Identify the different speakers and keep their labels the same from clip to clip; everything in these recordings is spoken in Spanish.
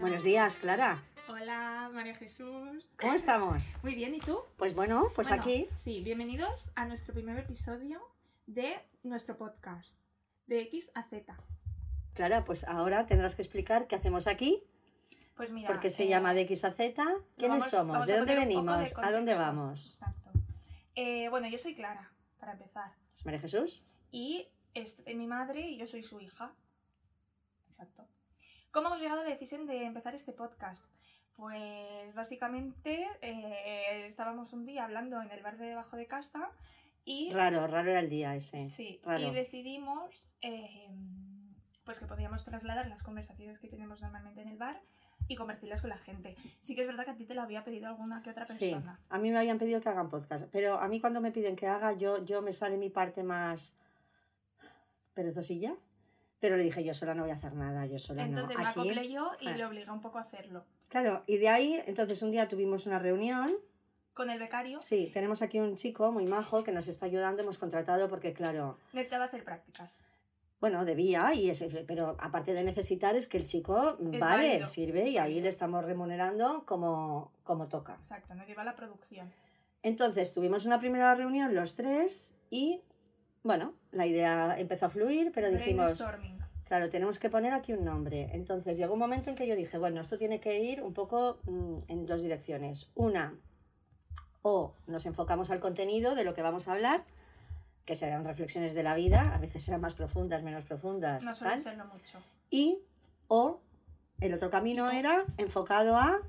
Speaker 1: Buenos días, Clara.
Speaker 2: Hola, María Jesús.
Speaker 1: ¿Cómo estamos?
Speaker 2: Muy bien, ¿y tú?
Speaker 1: Pues bueno, pues
Speaker 2: Bueno,
Speaker 1: aquí.
Speaker 2: Sí, bienvenidos a nuestro primer episodio de nuestro podcast, de X a Z.
Speaker 1: Clara, pues ahora tendrás que explicar qué hacemos aquí,
Speaker 2: Pues mira.
Speaker 1: por qué se
Speaker 2: eh,
Speaker 1: llama de X a Z, quiénes
Speaker 2: vamos-
Speaker 1: somos,
Speaker 2: vamos
Speaker 1: de
Speaker 2: a
Speaker 1: dónde
Speaker 2: poner un poco de
Speaker 1: venimos, a dónde
Speaker 2: contexto.
Speaker 1: vamos.
Speaker 2: Exacto. Eh, bueno, yo soy Clara, para empezar.
Speaker 1: María Jesús,
Speaker 2: Y es mi madre y yo soy su hija. Exacto. ¿Cómo hemos llegado a la decisión de empezar este podcast? Pues básicamente eh, estábamos un día hablando en el bar de debajo de casa y
Speaker 1: raro, raro era el día ese.
Speaker 2: Sí,
Speaker 1: raro.
Speaker 2: y decidimos eh, pues que podíamos trasladar las conversaciones que tenemos normalmente en el bar y convertirlas con la gente. Sí que es verdad que a ti te lo había pedido alguna que otra
Speaker 1: Sí,
Speaker 2: persona.
Speaker 1: a mí me habían pedido que hagan podcast, pero a mí cuando me piden que haga, yo, yo me sale mi parte más perezosilla, pero le dije, yo sola no voy a hacer nada, yo sola
Speaker 2: Entonces
Speaker 1: no.
Speaker 2: me
Speaker 1: Aquí-
Speaker 2: acoplé yo y
Speaker 1: Ah.
Speaker 2: le obligué un poco a hacerlo.
Speaker 1: Claro, y de ahí, entonces un día tuvimos una reunión
Speaker 2: Con el becario
Speaker 1: Sí, tenemos aquí un chico muy majo que nos está ayudando, hemos contratado porque, claro,
Speaker 2: necesitaba hacer prácticas.
Speaker 1: bueno, debía, y es, pero aparte de necesitar es que el chico
Speaker 2: Es
Speaker 1: vale,
Speaker 2: válido.
Speaker 1: sirve y ahí le estamos remunerando como, como toca.
Speaker 2: Exacto, nos lleva a la producción.
Speaker 1: Entonces tuvimos una primera reunión los tres y, bueno, la idea empezó a fluir, pero dijimos,
Speaker 2: Brainstorming.
Speaker 1: claro, tenemos que poner aquí un nombre. Entonces llegó un momento en que yo dije, bueno, esto tiene que ir un poco mm, en dos direcciones. Una, o nos enfocamos al contenido de lo que vamos a hablar, que serán reflexiones de la vida, a veces serán más profundas, menos profundas,
Speaker 2: No
Speaker 1: tal.
Speaker 2: suele serlo mucho.
Speaker 1: y o el otro camino era enfocado a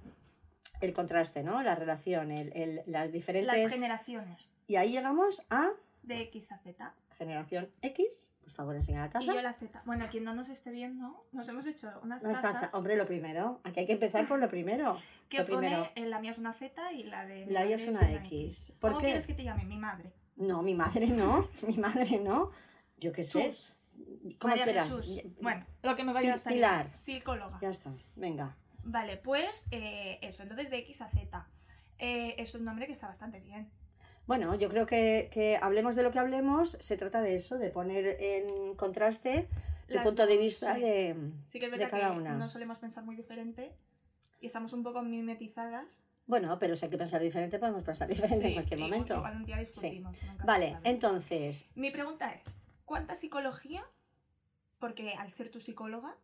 Speaker 1: el contraste, ¿no? La relación, el- el- las diferentes...
Speaker 2: Las generaciones
Speaker 1: y ahí llegamos a
Speaker 2: de X a Z
Speaker 1: generación X. Por favor, enseña la
Speaker 2: y
Speaker 1: taza.
Speaker 2: yo la Z. Bueno, a quien no nos esté viendo, nos hemos hecho unas
Speaker 1: No es taza.
Speaker 2: tazas
Speaker 1: Hombre, lo primero. Aquí hay que empezar por lo primero.
Speaker 2: que
Speaker 1: Oh, lo
Speaker 2: pone
Speaker 1: primero.
Speaker 2: eh, la mía es una Z y la de mi
Speaker 1: La
Speaker 2: madre
Speaker 1: yo es una X. ¿Por
Speaker 2: ¿Cómo
Speaker 1: qué?
Speaker 2: quieres que te llame? Mi madre.
Speaker 1: No, mi madre no. mi madre no. Yo qué sé.
Speaker 2: Sus.
Speaker 1: ¿Cómo
Speaker 2: María
Speaker 1: quieras.
Speaker 2: Jesús.
Speaker 1: Ya-
Speaker 2: Bueno, lo que me vaya
Speaker 1: Pi-
Speaker 2: a salir.
Speaker 1: Pilar.
Speaker 2: Psicóloga.
Speaker 1: Ya está. Venga.
Speaker 2: Vale, pues eh, eso. Entonces de X a Z. Eh, es un nombre que está bastante bien.
Speaker 1: Bueno, yo creo que, que hablemos de lo que hablemos. Se trata de eso, de poner en contraste el
Speaker 2: Las
Speaker 1: punto de
Speaker 2: dos,
Speaker 1: vista
Speaker 2: sí.
Speaker 1: de,
Speaker 2: Sí que es
Speaker 1: de
Speaker 2: verdad
Speaker 1: cada
Speaker 2: que
Speaker 1: una.
Speaker 2: no solemos pensar muy diferente y estamos un poco mimetizadas.
Speaker 1: Bueno, pero si hay que pensar diferente, podemos pensar diferente en
Speaker 2: Sí,
Speaker 1: cualquier
Speaker 2: y
Speaker 1: momento.
Speaker 2: Igual un día
Speaker 1: Sí.
Speaker 2: discutimos. nunca se
Speaker 1: Vale,
Speaker 2: sabe.
Speaker 1: entonces,
Speaker 2: Mi pregunta es, ¿cuánta psicología, porque al ser tu psicóloga,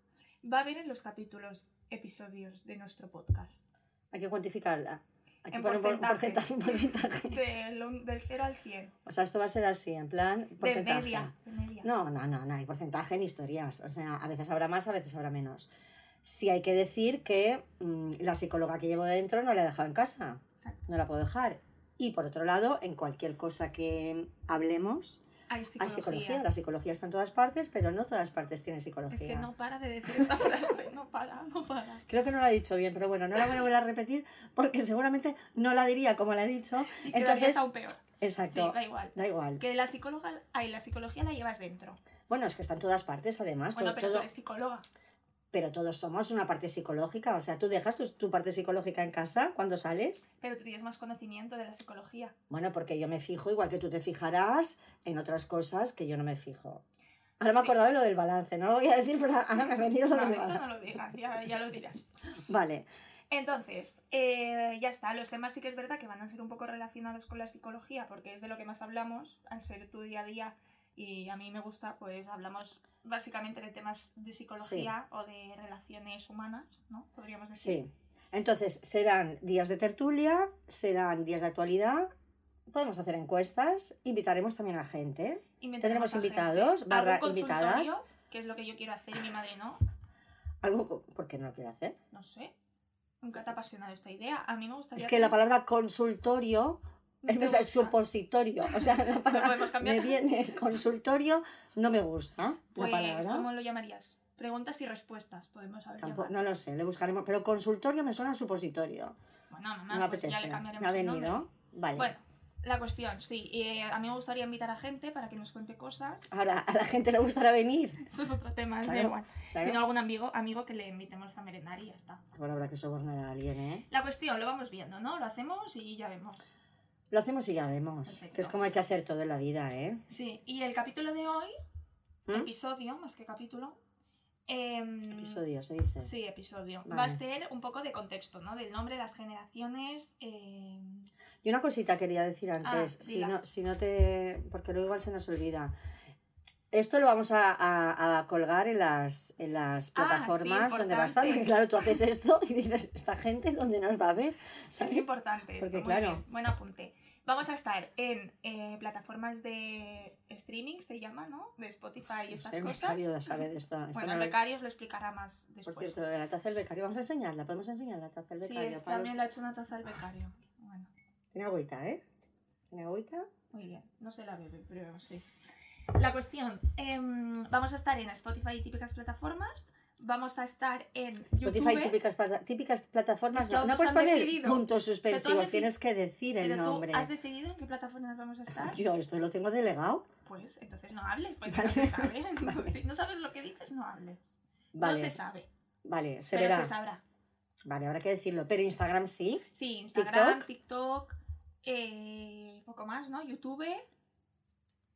Speaker 2: va a haber en los capítulos, episodios de nuestro podcast?
Speaker 1: hay que cuantificarla. Hay que
Speaker 2: En
Speaker 1: poner un por- un
Speaker 2: porcentaje.
Speaker 1: porcentaje. un porcentaje.
Speaker 2: Del, un- del 0 al 100.
Speaker 1: O sea, esto va a ser así, en plan
Speaker 2: De
Speaker 1: porcentaje.
Speaker 2: media. de media.
Speaker 1: No, no, no, no hay porcentaje ni historias. O sea, a veces habrá más, a veces habrá menos. Sí hay que decir que mm, la psicóloga que llevo dentro no la he dejado en casa.
Speaker 2: Exacto.
Speaker 1: No la puedo dejar. Y por otro lado, en cualquier cosa que hablemos,
Speaker 2: Hay psicología.
Speaker 1: hay psicología. La psicología está en todas partes, pero no todas partes tienen psicología.
Speaker 2: Es que no para de decir esta frase. No para, no para.
Speaker 1: Creo que no la he dicho bien, pero bueno, no la voy a volver a repetir porque seguramente no la diría como la he dicho.
Speaker 2: Y
Speaker 1: Entonces,
Speaker 2: Entonces, aún peor.
Speaker 1: exacto.
Speaker 2: Sí, da igual.
Speaker 1: Da igual.
Speaker 2: Que la psicóloga, ay, la psicología la llevas dentro.
Speaker 1: Bueno, es que está en todas partes, además.
Speaker 2: Bueno,
Speaker 1: todo-
Speaker 2: pero tú
Speaker 1: todo-
Speaker 2: eres psicóloga.
Speaker 1: Pero todos somos una parte psicológica, o sea, tú dejas tu, tu parte psicológica en casa cuando sales.
Speaker 2: Pero tú tienes más conocimiento de la psicología.
Speaker 1: Bueno, porque yo me fijo, igual que tú te fijarás en otras cosas que yo no me fijo. Ahora me he
Speaker 2: Sí.
Speaker 1: acordado de lo del balance, no lo voy a decir, pero ahora me ha venido lo
Speaker 2: No,
Speaker 1: del
Speaker 2: esto
Speaker 1: balance.
Speaker 2: no lo digas, ya, ya lo dirás.
Speaker 1: Vale,
Speaker 2: Entonces, eh, ya está. Los temas sí que es verdad que van a ser un poco relacionados con la psicología, porque es de lo que más hablamos, al ser tu día a día. Y a mí me gusta, pues hablamos básicamente de temas de psicología o de relaciones humanas, ¿no? Podríamos decir.
Speaker 1: sí. Entonces, serán días de tertulia, serán días de actualidad, podemos hacer encuestas, invitaremos también a gente. Tendremos invitados, barra invitadas.
Speaker 2: Que es lo que yo quiero hacer y mi madre no.
Speaker 1: Algo, co- ¿Por qué no lo quiero hacer?
Speaker 2: No sé. Nunca te ha apasionado esta idea. A mí me gustaría.
Speaker 1: Es que la
Speaker 2: hacer-
Speaker 1: palabra consultorio
Speaker 2: ¿No
Speaker 1: en
Speaker 2: te
Speaker 1: vez del
Speaker 2: gusta?
Speaker 1: supositorio. O sea, la palabra
Speaker 2: podemos cambiar.
Speaker 1: me viene el consultorio, no me gusta la
Speaker 2: Pues,
Speaker 1: palabra.
Speaker 2: ¿cómo lo llamarías? Preguntas y respuestas, podemos saber.
Speaker 1: Tampo- no lo sé, le buscaremos. Pero consultorio me suena a supositorio.
Speaker 2: Bueno, mamá,
Speaker 1: No me
Speaker 2: pues
Speaker 1: apetece.
Speaker 2: ya le
Speaker 1: me
Speaker 2: cambiaremos
Speaker 1: ha
Speaker 2: el nombre.
Speaker 1: venido. Vale.
Speaker 2: Bueno, la cuestión, sí. eh, a mí me gustaría invitar a gente para que nos cuente cosas.
Speaker 1: Ahora, a la gente le gustará venir.
Speaker 2: Eso es otro tema,
Speaker 1: Claro,
Speaker 2: da igual.
Speaker 1: claro.
Speaker 2: Sino algún amigo, amigo que le invitemos a merendar y ya está.
Speaker 1: Bueno, habrá que sobornar a alguien, ¿eh?
Speaker 2: La cuestión, lo vamos viendo, ¿no? Lo hacemos y ya vemos.
Speaker 1: Lo hacemos y ya vemos.
Speaker 2: Perfecto.
Speaker 1: Que es como hay que hacer todo en la vida, ¿eh?
Speaker 2: Sí, y el capítulo de hoy,
Speaker 1: ¿Mm?
Speaker 2: episodio más que capítulo, Em,
Speaker 1: Episodio, se dice.
Speaker 2: Sí, episodio.
Speaker 1: Vale.
Speaker 2: Va a ser un poco de contexto, ¿no? Del nombre, las generaciones. em,
Speaker 1: Y una cosita quería decir antes,
Speaker 2: Ah,
Speaker 1: si,
Speaker 2: diga.
Speaker 1: no, si no te. porque luego igual se nos olvida. Esto lo vamos a, a- a colgar en las, en las
Speaker 2: Ah, sí,
Speaker 1: plataformas donde va a estar,
Speaker 2: importante.
Speaker 1: porque claro, tú haces esto y dices, esta gente, ¿dónde nos va a ver? ¿Sabes?
Speaker 2: Es importante esto,
Speaker 1: Porque,
Speaker 2: muy
Speaker 1: claro.
Speaker 2: bien. Buen apunte. Vamos a estar en eh, plataformas de streaming, se llama, ¿no? De Spotify y
Speaker 1: No
Speaker 2: estas
Speaker 1: sé, el
Speaker 2: cosas.
Speaker 1: becario la sabe de esto. esto
Speaker 2: Bueno,
Speaker 1: no
Speaker 2: el
Speaker 1: lo-
Speaker 2: Becarios lo explicará más después.
Speaker 1: Por cierto, de la taza del becario, vamos a enseñarla, podemos enseñar la taza del
Speaker 2: sí,
Speaker 1: becario.
Speaker 2: es-
Speaker 1: para los-
Speaker 2: también le ha hecho una taza al Becario. Bueno,
Speaker 1: Tiene agüita, ¿eh? Tiene agüita.
Speaker 2: muy bien. No se la bebe, pero sí. La cuestión, em, vamos a estar en Spotify y típicas plataformas. Vamos a estar en YouTube.
Speaker 1: Spotify, típicas, plata- típicas plataformas.
Speaker 2: Esto
Speaker 1: No, no
Speaker 2: nos
Speaker 1: puedes
Speaker 2: han
Speaker 1: poner
Speaker 2: decidido.
Speaker 1: puntos
Speaker 2: Pero tú
Speaker 1: suspensivos,
Speaker 2: has
Speaker 1: tienes que decir el
Speaker 2: Pero tú
Speaker 1: nombre.
Speaker 2: has decidido en qué plataformas vamos a estar.
Speaker 1: Yo esto lo tengo delegado.
Speaker 2: Pues entonces no hables, porque no se sabe. Si no sabes lo que dices, no hables.
Speaker 1: Vale,
Speaker 2: No se sabe,
Speaker 1: vale, se
Speaker 2: pero
Speaker 1: verá.
Speaker 2: se sabrá.
Speaker 1: Vale, habrá que decirlo. Pero Instagram sí.
Speaker 2: Sí, Instagram,
Speaker 1: TikTok.
Speaker 2: TikTok, eh, poco más, ¿no? YouTube.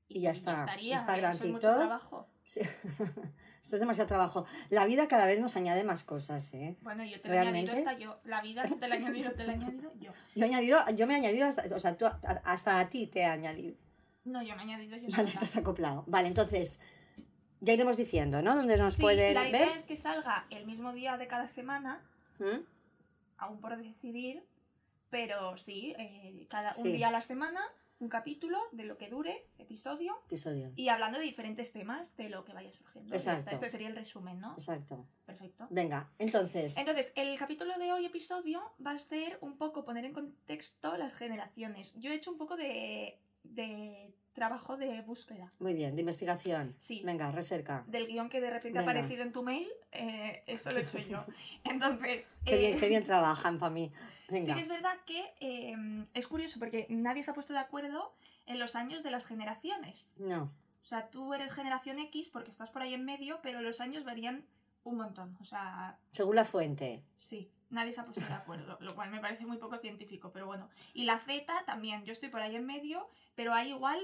Speaker 1: Y ya está.
Speaker 2: estaría.
Speaker 1: Instagram,
Speaker 2: Eso es mucho
Speaker 1: TikTok.
Speaker 2: trabajo.
Speaker 1: Sí. Esto es demasiado trabajo. La vida cada vez nos añade más cosas, ¿eh?
Speaker 2: Bueno, yo te lo he añadido
Speaker 1: ¿Realmente?
Speaker 2: hasta yo. La vida te la he añadido, te la he añadido yo.
Speaker 1: Yo, he añadido, yo me he añadido hasta, o sea, tú a- hasta a ti te he añadido.
Speaker 2: No, yo me he añadido yo
Speaker 1: Vale,
Speaker 2: sola.
Speaker 1: te has acoplado. Vale, entonces ya iremos diciendo, ¿no? Dónde nos
Speaker 2: Sí,
Speaker 1: pueden
Speaker 2: la idea
Speaker 1: ver.
Speaker 2: es que salga el mismo día de cada semana,
Speaker 1: ¿Mm?
Speaker 2: aún por decidir, pero sí, eh, cada
Speaker 1: Sí.
Speaker 2: un día a la semana, un capítulo de lo que dure, episodio,
Speaker 1: Episodio.
Speaker 2: Y hablando de diferentes temas de lo que vaya surgiendo. Ya está,
Speaker 1: Exacto.
Speaker 2: Este sería el resumen, ¿no?
Speaker 1: Exacto.
Speaker 2: Perfecto.
Speaker 1: Venga, entonces.
Speaker 2: Entonces, el capítulo de hoy, episodio, va a ser un poco poner en contexto las generaciones. Yo he hecho un poco de, de trabajo de búsqueda
Speaker 1: Muy bien, de investigación.
Speaker 2: Sí.
Speaker 1: Venga, recerca.
Speaker 2: del guión que de repente ha
Speaker 1: Venga.
Speaker 2: aparecido en tu mail. eh, eso lo he hecho yo. Entonces,
Speaker 1: Qué bien,
Speaker 2: eh,
Speaker 1: qué bien trabajan para mí. Venga.
Speaker 2: Sí que es verdad que eh, es curioso porque nadie se ha puesto de acuerdo en los años de las generaciones.
Speaker 1: No,
Speaker 2: O sea, tú eres generación X porque estás por ahí en medio, pero los años varían un montón. O sea,
Speaker 1: según la fuente.
Speaker 2: sí, nadie se ha puesto de acuerdo, lo cual me parece muy poco científico, pero bueno. Y la Z también, yo estoy por ahí en medio, pero hay igual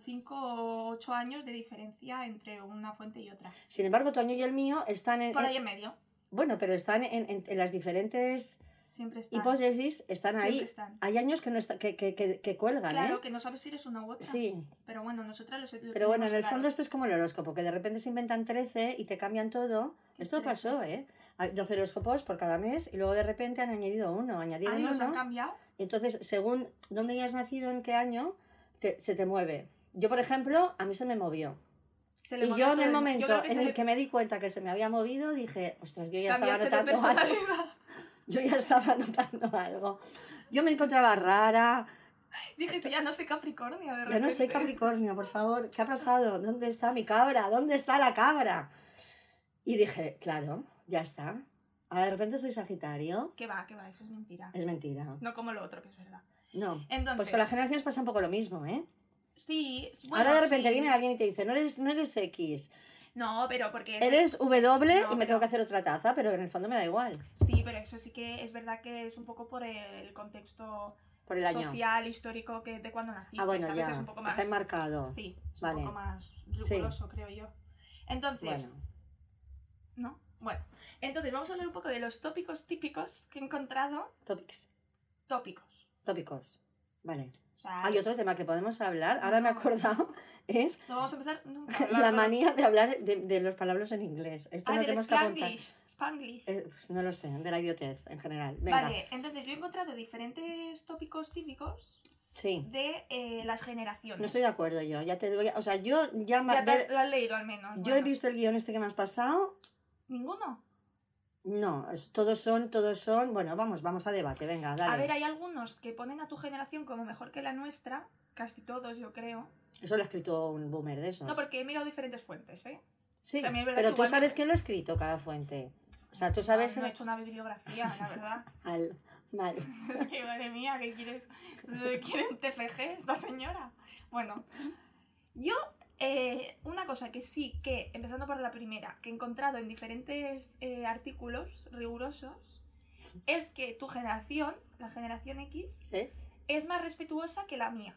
Speaker 2: 5 o 8 años de diferencia entre una fuente y otra.
Speaker 1: Sin embargo, tu año y el mío están en.
Speaker 2: Por ahí en medio,
Speaker 1: Bueno, pero están en, en- en las diferentes
Speaker 2: siempre están.
Speaker 1: hipótesis, están
Speaker 2: Ah, siempre
Speaker 1: ahí. ¿eh?
Speaker 2: están.
Speaker 1: Hay años que, no está- que, que, que, que cuelgan,
Speaker 2: Claro,
Speaker 1: ¿eh?
Speaker 2: que no sabes si eres una u otra.
Speaker 1: Sí,
Speaker 2: Pero bueno, nosotras los lo
Speaker 1: pero bueno,
Speaker 2: tenemos
Speaker 1: en el
Speaker 2: claro.
Speaker 1: fondo esto es como el horóscopo, que de repente se inventan 13 y te cambian todo.
Speaker 2: Qué
Speaker 1: Esto
Speaker 2: interesante.
Speaker 1: pasó, ¿eh? Hay 12 horóscopos por cada mes y luego de repente han añadido uno, añadieron
Speaker 2: Ahí
Speaker 1: uno.
Speaker 2: nos Ah, han cambiado.
Speaker 1: Entonces, según dónde hayas nacido, en qué año, te- se te mueve. Yo, por ejemplo, a mí se me movió.
Speaker 2: se le
Speaker 1: Y
Speaker 2: movió
Speaker 1: yo en
Speaker 2: todo
Speaker 1: el
Speaker 2: yo
Speaker 1: momento
Speaker 2: creo que
Speaker 1: en
Speaker 2: se
Speaker 1: el
Speaker 2: le-
Speaker 1: que me di cuenta que se me había movido, dije, ostras, yo ya estaba
Speaker 2: cambiaste de
Speaker 1: notando algo.
Speaker 2: personalidad.
Speaker 1: Yo ya estaba notando algo. Yo me encontraba rara.
Speaker 2: Dijiste, ya no soy Capricornio, de
Speaker 1: Yo
Speaker 2: repente.
Speaker 1: no soy Capricornio, por favor. ¿Qué ha pasado? ¿Dónde está mi cabra? ¿Dónde está la cabra? Y dije, claro, ya está. Ahora de repente soy Sagitario.
Speaker 2: Que va, que va, eso es mentira.
Speaker 1: Es mentira.
Speaker 2: No como lo otro, que es verdad.
Speaker 1: No.
Speaker 2: Entonces,
Speaker 1: Pues con las generaciones pasa un poco lo mismo, ¿eh?
Speaker 2: sí, es-
Speaker 1: Ahora de
Speaker 2: bueno,
Speaker 1: repente
Speaker 2: sí.
Speaker 1: viene alguien y te dice, no eres, no eres X,
Speaker 2: No, pero porque... es-
Speaker 1: eres W y
Speaker 2: No,
Speaker 1: me tengo que hacer otra taza, pero en el fondo me da igual,
Speaker 2: Sí, pero eso sí que es verdad que es un poco por el contexto
Speaker 1: por el año.
Speaker 2: social, histórico, que de cuando naciste,
Speaker 1: ah, bueno,
Speaker 2: ¿sabes?
Speaker 1: ya,
Speaker 2: Es un poco más...
Speaker 1: está enmarcado.
Speaker 2: Sí, es
Speaker 1: Vale.
Speaker 2: un poco más riguroso, creo yo. Entonces,
Speaker 1: Bueno,
Speaker 2: ¿no? Bueno, entonces vamos a hablar un poco de los tópicos típicos que he encontrado.
Speaker 1: topics,
Speaker 2: Tópicos.
Speaker 1: tópicos. Vale.
Speaker 2: O sea,
Speaker 1: Hay otro tema que podemos hablar, ahora me he acordado, es
Speaker 2: no vamos a empezar nunca. a hablar
Speaker 1: la
Speaker 2: de-
Speaker 1: manía de hablar de, de los palabras en inglés. Esto
Speaker 2: Ah,
Speaker 1: no
Speaker 2: del
Speaker 1: tenemos que apuntar.
Speaker 2: Spanglish. Spanglish.
Speaker 1: Eh, pues no lo sé, de la idiotez en general. Venga,
Speaker 2: Vale, entonces yo he encontrado diferentes tópicos típicos
Speaker 1: sí.
Speaker 2: de eh, las generaciones.
Speaker 1: No estoy de acuerdo yo, ya te doy- O sea, yo ya... ma-
Speaker 2: Ya te-
Speaker 1: ver-
Speaker 2: lo has leído al menos.
Speaker 1: yo he
Speaker 2: bueno.
Speaker 1: visto el guión este que me has pasado
Speaker 2: ¿Ninguno?
Speaker 1: No, es- todos son, todos son. Bueno, vamos, vamos a debate, venga, dale.
Speaker 2: A ver, hay algunos que ponen a tu generación como mejor que la nuestra, casi todos yo creo.
Speaker 1: Eso lo ha escrito un boomer de esos.
Speaker 2: No, porque he mirado diferentes fuentes, ¿eh?
Speaker 1: sí,
Speaker 2: también es verdad
Speaker 1: pero
Speaker 2: que
Speaker 1: tú
Speaker 2: igual
Speaker 1: sabes
Speaker 2: no-
Speaker 1: quién lo ha escrito cada fuente. O sea, tú sabes.
Speaker 2: No he hecho una bibliografía, la verdad.
Speaker 1: Al- mal.
Speaker 2: es que, madre mía, ¿qué quieres? ¿Quieren TFG esta señora? Bueno, yo, eh, una cosa que sí que, empezando por la primera, que he encontrado en diferentes eh, artículos rigurosos, es que tu generación, la generación X,
Speaker 1: ¿Sí?
Speaker 2: es más respetuosa que la mía.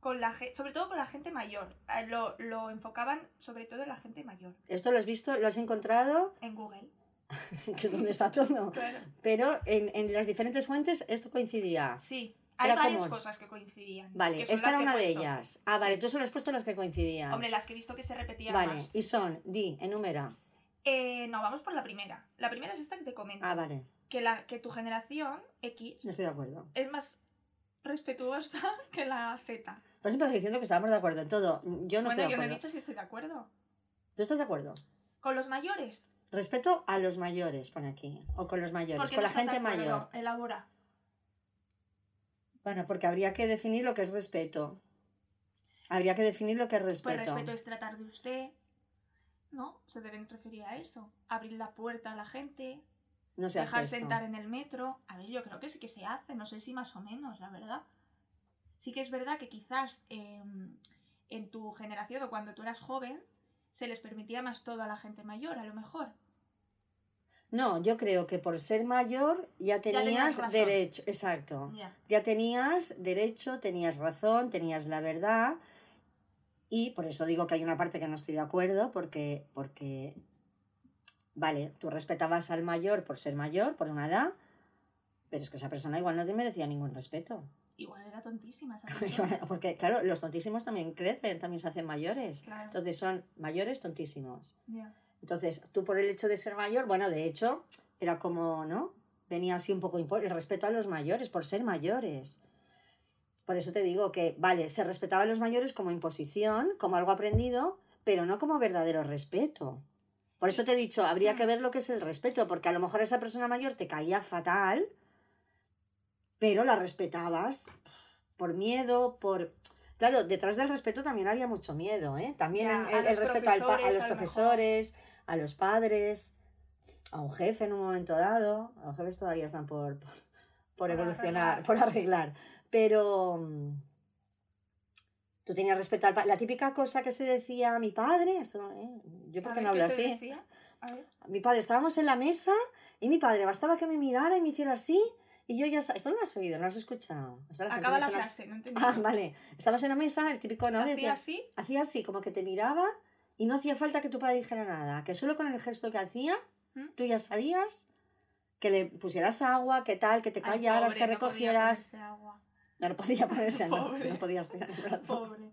Speaker 2: con la gente, sobre todo con la gente mayor. Eh, Lo, lo enfocaban sobre todo en la gente mayor,
Speaker 1: Esto lo has visto, lo has encontrado,
Speaker 2: en Google.
Speaker 1: que es donde está todo.
Speaker 2: Claro.
Speaker 1: Pero en, en las diferentes fuentes esto coincidía.
Speaker 2: Sí, hay
Speaker 1: Era
Speaker 2: varias
Speaker 1: común.
Speaker 2: cosas que coincidían.
Speaker 1: Vale,
Speaker 2: que son
Speaker 1: esta
Speaker 2: las
Speaker 1: era
Speaker 2: que he
Speaker 1: una de
Speaker 2: puesto.
Speaker 1: ellas. Ah, vale,
Speaker 2: Sí.
Speaker 1: tú solo has puesto las que coincidían.
Speaker 2: Hombre, las que he visto que se repetían
Speaker 1: vale,
Speaker 2: más.
Speaker 1: y son, di, enumera. Ah,
Speaker 2: Eh, no, vamos por la primera. La primera es esta que te comento.
Speaker 1: Ah, vale,
Speaker 2: que, la, que tu generación X
Speaker 1: no estoy de acuerdo.
Speaker 2: es más respetuosa que la Z.
Speaker 1: Tú has empezado diciendo que estábamos de acuerdo en todo. Yo no estoy de
Speaker 2: bueno, yo no he
Speaker 1: acuerdo.
Speaker 2: dicho si estoy de acuerdo.
Speaker 1: ¿Tú estás de acuerdo?
Speaker 2: Con los mayores.
Speaker 1: Respeto a los mayores, pone aquí. O con los mayores,
Speaker 2: porque
Speaker 1: con
Speaker 2: no
Speaker 1: la
Speaker 2: estás de
Speaker 1: gente
Speaker 2: acuerdo,
Speaker 1: mayor.
Speaker 2: Elabora.
Speaker 1: Bueno, porque habría que definir lo que es respeto. Habría que definir lo que es
Speaker 2: Pues
Speaker 1: respeto.
Speaker 2: respeto es tratar de usted. ¿No? Se deben referir a eso. Abrir la puerta a la gente.
Speaker 1: no se hace
Speaker 2: dejar
Speaker 1: eso.
Speaker 2: sentar en el metro. A ver, yo creo que sí que se hace, no sé si más o menos, la verdad. Sí que es verdad que quizás eh, en tu generación o cuando tú eras joven se les permitía más todo a la gente mayor, a lo mejor.
Speaker 1: No, yo creo que por ser mayor ya
Speaker 2: tenías
Speaker 1: tenías
Speaker 2: razón.
Speaker 1: derecho. Exacto.
Speaker 2: Ya.
Speaker 1: Ya tenías derecho, tenías razón, tenías la verdad. Y por eso digo que hay una parte que no estoy de acuerdo, porque, porque vale, tú respetabas al mayor por ser mayor, por una edad, pero es que esa persona igual no te merecía ningún respeto.
Speaker 2: Igual era tontísima esa persona.
Speaker 1: Porque, claro, los tontísimos también crecen, también se hacen mayores.
Speaker 2: Claro,
Speaker 1: Entonces son mayores tontísimos.
Speaker 2: ya.
Speaker 1: Entonces, tú por el hecho de ser mayor, bueno, de hecho, era como, ¿no? Venía así un poco impo- el respeto a los mayores, por ser mayores. Por eso te digo que, vale, se respetaba a los mayores como imposición, como algo aprendido, pero no como verdadero respeto. Por eso te he dicho, habría que ver lo que es el respeto, porque a lo mejor esa persona mayor te caía fatal, pero la respetabas por miedo, por... Claro, detrás del respeto también había mucho miedo, ¿eh? También
Speaker 2: Ya,
Speaker 1: en-
Speaker 2: a
Speaker 1: el,
Speaker 2: los
Speaker 1: respeto al pa- a
Speaker 2: profesores,
Speaker 1: los
Speaker 2: a lo mejor.
Speaker 1: profesores, a los padres, a un jefe en un momento dado. A los jefes todavía están por, por, evolucionar,
Speaker 2: arreglar.
Speaker 1: por arreglar. Pero mm, tú tenías respeto al padre. La típica cosa que se decía a mi padre, eso, ¿eh? yo
Speaker 2: A
Speaker 1: por qué
Speaker 2: ver,
Speaker 1: no hablo
Speaker 2: se
Speaker 1: así.
Speaker 2: decía? A ver,
Speaker 1: Mi padre, estábamos en la mesa y mi padre bastaba que me mirara y me hiciera así y yo ya... sa- Esto no lo has oído, no lo has escuchado. O sea, gente
Speaker 2: acaba la
Speaker 1: dice una-
Speaker 2: frase, no entendí.
Speaker 1: Ah, vale. Estabas en la mesa, el típico no
Speaker 2: Hacía
Speaker 1: decía,
Speaker 2: así,
Speaker 1: hacía así, como que te miraba y no hacía falta que tu padre dijera nada, que solo con el gesto que hacía,
Speaker 2: ¿Mm?
Speaker 1: tú ya sabías que le pusieras agua, que tal, que te
Speaker 2: Ay,
Speaker 1: callaras,
Speaker 2: pobre,
Speaker 1: que
Speaker 2: no podía
Speaker 1: recogieras.
Speaker 2: ponerse agua.
Speaker 1: No, no podía ponerse, no,
Speaker 2: Pobre.
Speaker 1: no podías tirar el brazo.
Speaker 2: Pobre.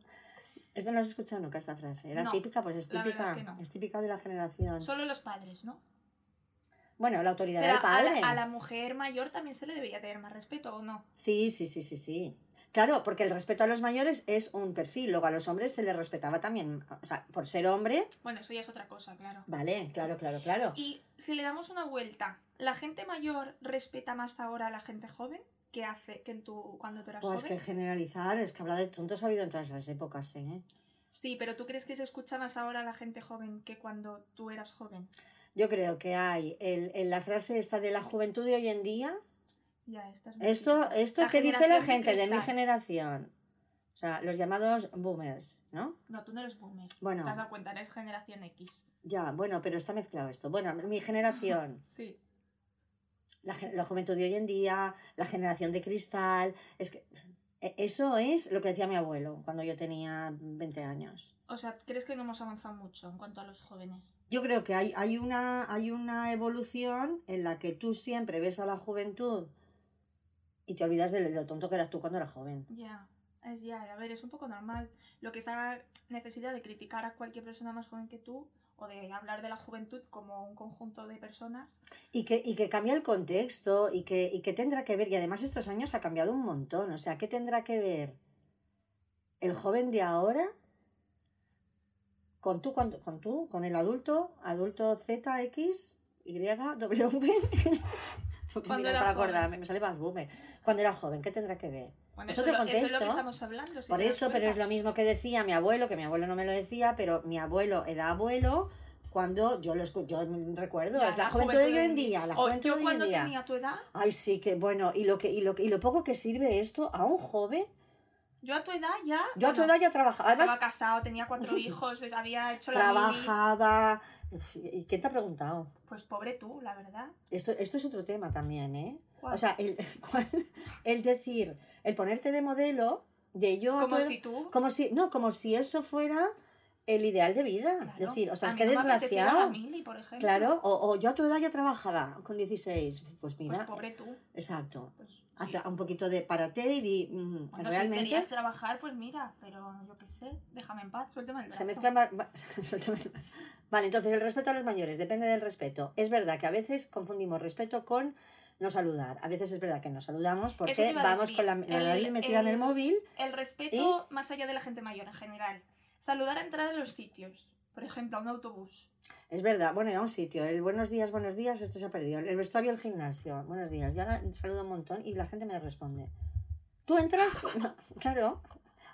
Speaker 1: Esto no has escuchado nunca esta frase. Era
Speaker 2: No,
Speaker 1: típica, pues es
Speaker 2: la verdad
Speaker 1: típica.
Speaker 2: es que no.
Speaker 1: Es típica de la generación.
Speaker 2: Solo los padres, ¿no?
Speaker 1: Bueno, la autoridad
Speaker 2: Pero
Speaker 1: del padre.
Speaker 2: A, la, a la mujer mayor también se le debería tener más respeto, ¿o no?
Speaker 1: Sí, sí, sí, sí, sí. Claro, porque el respeto a los mayores es un perfil. Luego a los hombres se les respetaba también. O sea, por ser hombre.
Speaker 2: Bueno, eso ya es otra cosa, claro.
Speaker 1: Vale, claro, claro, claro.
Speaker 2: Y si le damos una vuelta, ¿la gente mayor respeta más ahora a la gente joven que hace que en tu, cuando tú eras
Speaker 1: Pues
Speaker 2: joven?
Speaker 1: que generalizar, es que habla de tontos ha habido en todas las épocas, ¿eh?
Speaker 2: Sí, pero ¿tú crees que se escucha más ahora a la gente joven que cuando tú eras joven?
Speaker 1: Yo creo que hay el, el- la frase esta de la juventud de hoy en día.
Speaker 2: Ya, esta es mi
Speaker 1: Esto,
Speaker 2: opinión.
Speaker 1: esto
Speaker 2: La
Speaker 1: que dice la
Speaker 2: generación de
Speaker 1: gente de mi
Speaker 2: cristal.
Speaker 1: generación. O sea, los llamados boomers, ¿no?
Speaker 2: No, tú no eres boomer.
Speaker 1: Bueno,
Speaker 2: Te has dado cuenta, eres generación X.
Speaker 1: ya, bueno, pero está mezclado esto. Bueno, mi generación.
Speaker 2: Sí.
Speaker 1: la, gen- la juventud de hoy en día, la generación de cristal. Es que e- eso es lo que decía mi abuelo cuando yo tenía 20 años.
Speaker 2: O sea, ¿crees que no hemos avanzado mucho en cuanto a los jóvenes?
Speaker 1: Yo creo que hay, hay, una, hay una evolución en la que tú siempre ves a la juventud y te olvidas de lo tonto que eras tú cuando eras joven.
Speaker 2: Ya, es ya, a ver, es un poco normal. Lo que esa necesidad de criticar a cualquier persona más joven que tú o de hablar de la juventud como un conjunto de personas.
Speaker 1: Y que, y que cambia el contexto y que, y que tendrá que ver, y además estos años ha cambiado un montón, o sea, ¿qué tendrá que ver el joven de ahora con tú, con, con tú, con el adulto, adulto Z, X, Y, W? Tengo que
Speaker 2: Cuando
Speaker 1: mirar
Speaker 2: era
Speaker 1: para
Speaker 2: joven.
Speaker 1: acordarme, me sale más boomer. Cuando era joven, ¿qué tendrá que ver?
Speaker 2: Bueno,
Speaker 1: Es
Speaker 2: eso,
Speaker 1: otro
Speaker 2: es lo- eso es lo que
Speaker 1: contexto.
Speaker 2: estamos hablando. si
Speaker 1: Por
Speaker 2: te das
Speaker 1: eso, pero es
Speaker 2: cuenta.
Speaker 1: lo mismo que decía mi abuelo, que mi abuelo no me lo decía, pero mi abuelo era abuelo cuando yo lo escu- yo recuerdo,
Speaker 2: Ya,
Speaker 1: es la, juventud de hoy en día, la
Speaker 2: O
Speaker 1: juventud
Speaker 2: yo
Speaker 1: de hoy en
Speaker 2: cuando
Speaker 1: día.
Speaker 2: tenía tu edad,
Speaker 1: Ay, sí, que bueno, y lo que, y lo que, y lo poco que sirve esto a un joven.
Speaker 2: yo a tu edad ya...
Speaker 1: Yo a tu
Speaker 2: bueno,
Speaker 1: edad ya trabajaba.
Speaker 2: Estaba
Speaker 1: Además,
Speaker 2: casado, tenía cuatro hijos, es- había hecho la mili.
Speaker 1: trabajaba. ¿Y quién te ha preguntado?
Speaker 2: Pues pobre tú, la verdad.
Speaker 1: Esto, esto es otro tema también, ¿eh?
Speaker 2: ¿Cuál?
Speaker 1: O sea, el, cuál- el decir, el ponerte de modelo de yo
Speaker 2: Como
Speaker 1: puedo-
Speaker 2: si tú.
Speaker 1: como si no como si eso fuera el ideal de vida
Speaker 2: Claro.
Speaker 1: decir o sea
Speaker 2: A
Speaker 1: es
Speaker 2: mí
Speaker 1: que
Speaker 2: no me apetecía la ¿eh?
Speaker 1: desgraciado
Speaker 2: mili, por ejemplo.
Speaker 1: claro o, o yo a tu edad ya trabajaba con 16 pues
Speaker 2: Pues
Speaker 1: mira
Speaker 2: pobre tú.
Speaker 1: exacto
Speaker 2: Pues,
Speaker 1: Haz
Speaker 2: sí.
Speaker 1: un poquito de parate y di mm,
Speaker 2: Cuando si
Speaker 1: realmente
Speaker 2: querías trabajar, pues mira, pero yo qué sé, déjame en paz, suéltame el brazo.
Speaker 1: se mezclan va- va- vale entonces el respeto a los mayores depende del respeto es verdad que a veces confundimos respeto con no saludar a veces es verdad que no saludamos
Speaker 2: te
Speaker 1: porque
Speaker 2: iba a
Speaker 1: vamos
Speaker 2: decir.
Speaker 1: con la, la
Speaker 2: El-
Speaker 1: nariz metida en el
Speaker 2: el-
Speaker 1: móvil
Speaker 2: El respeto más allá de la gente mayor en general. Saludar a entrar a los sitios. Por ejemplo, a un autobús.
Speaker 1: Es verdad, bueno, era un sitio. El buenos días, buenos días, esto se ha perdido. El vestuario, el gimnasio, buenos días. Yo ahora saludo un montón y la gente me responde. Tú entras, No, claro.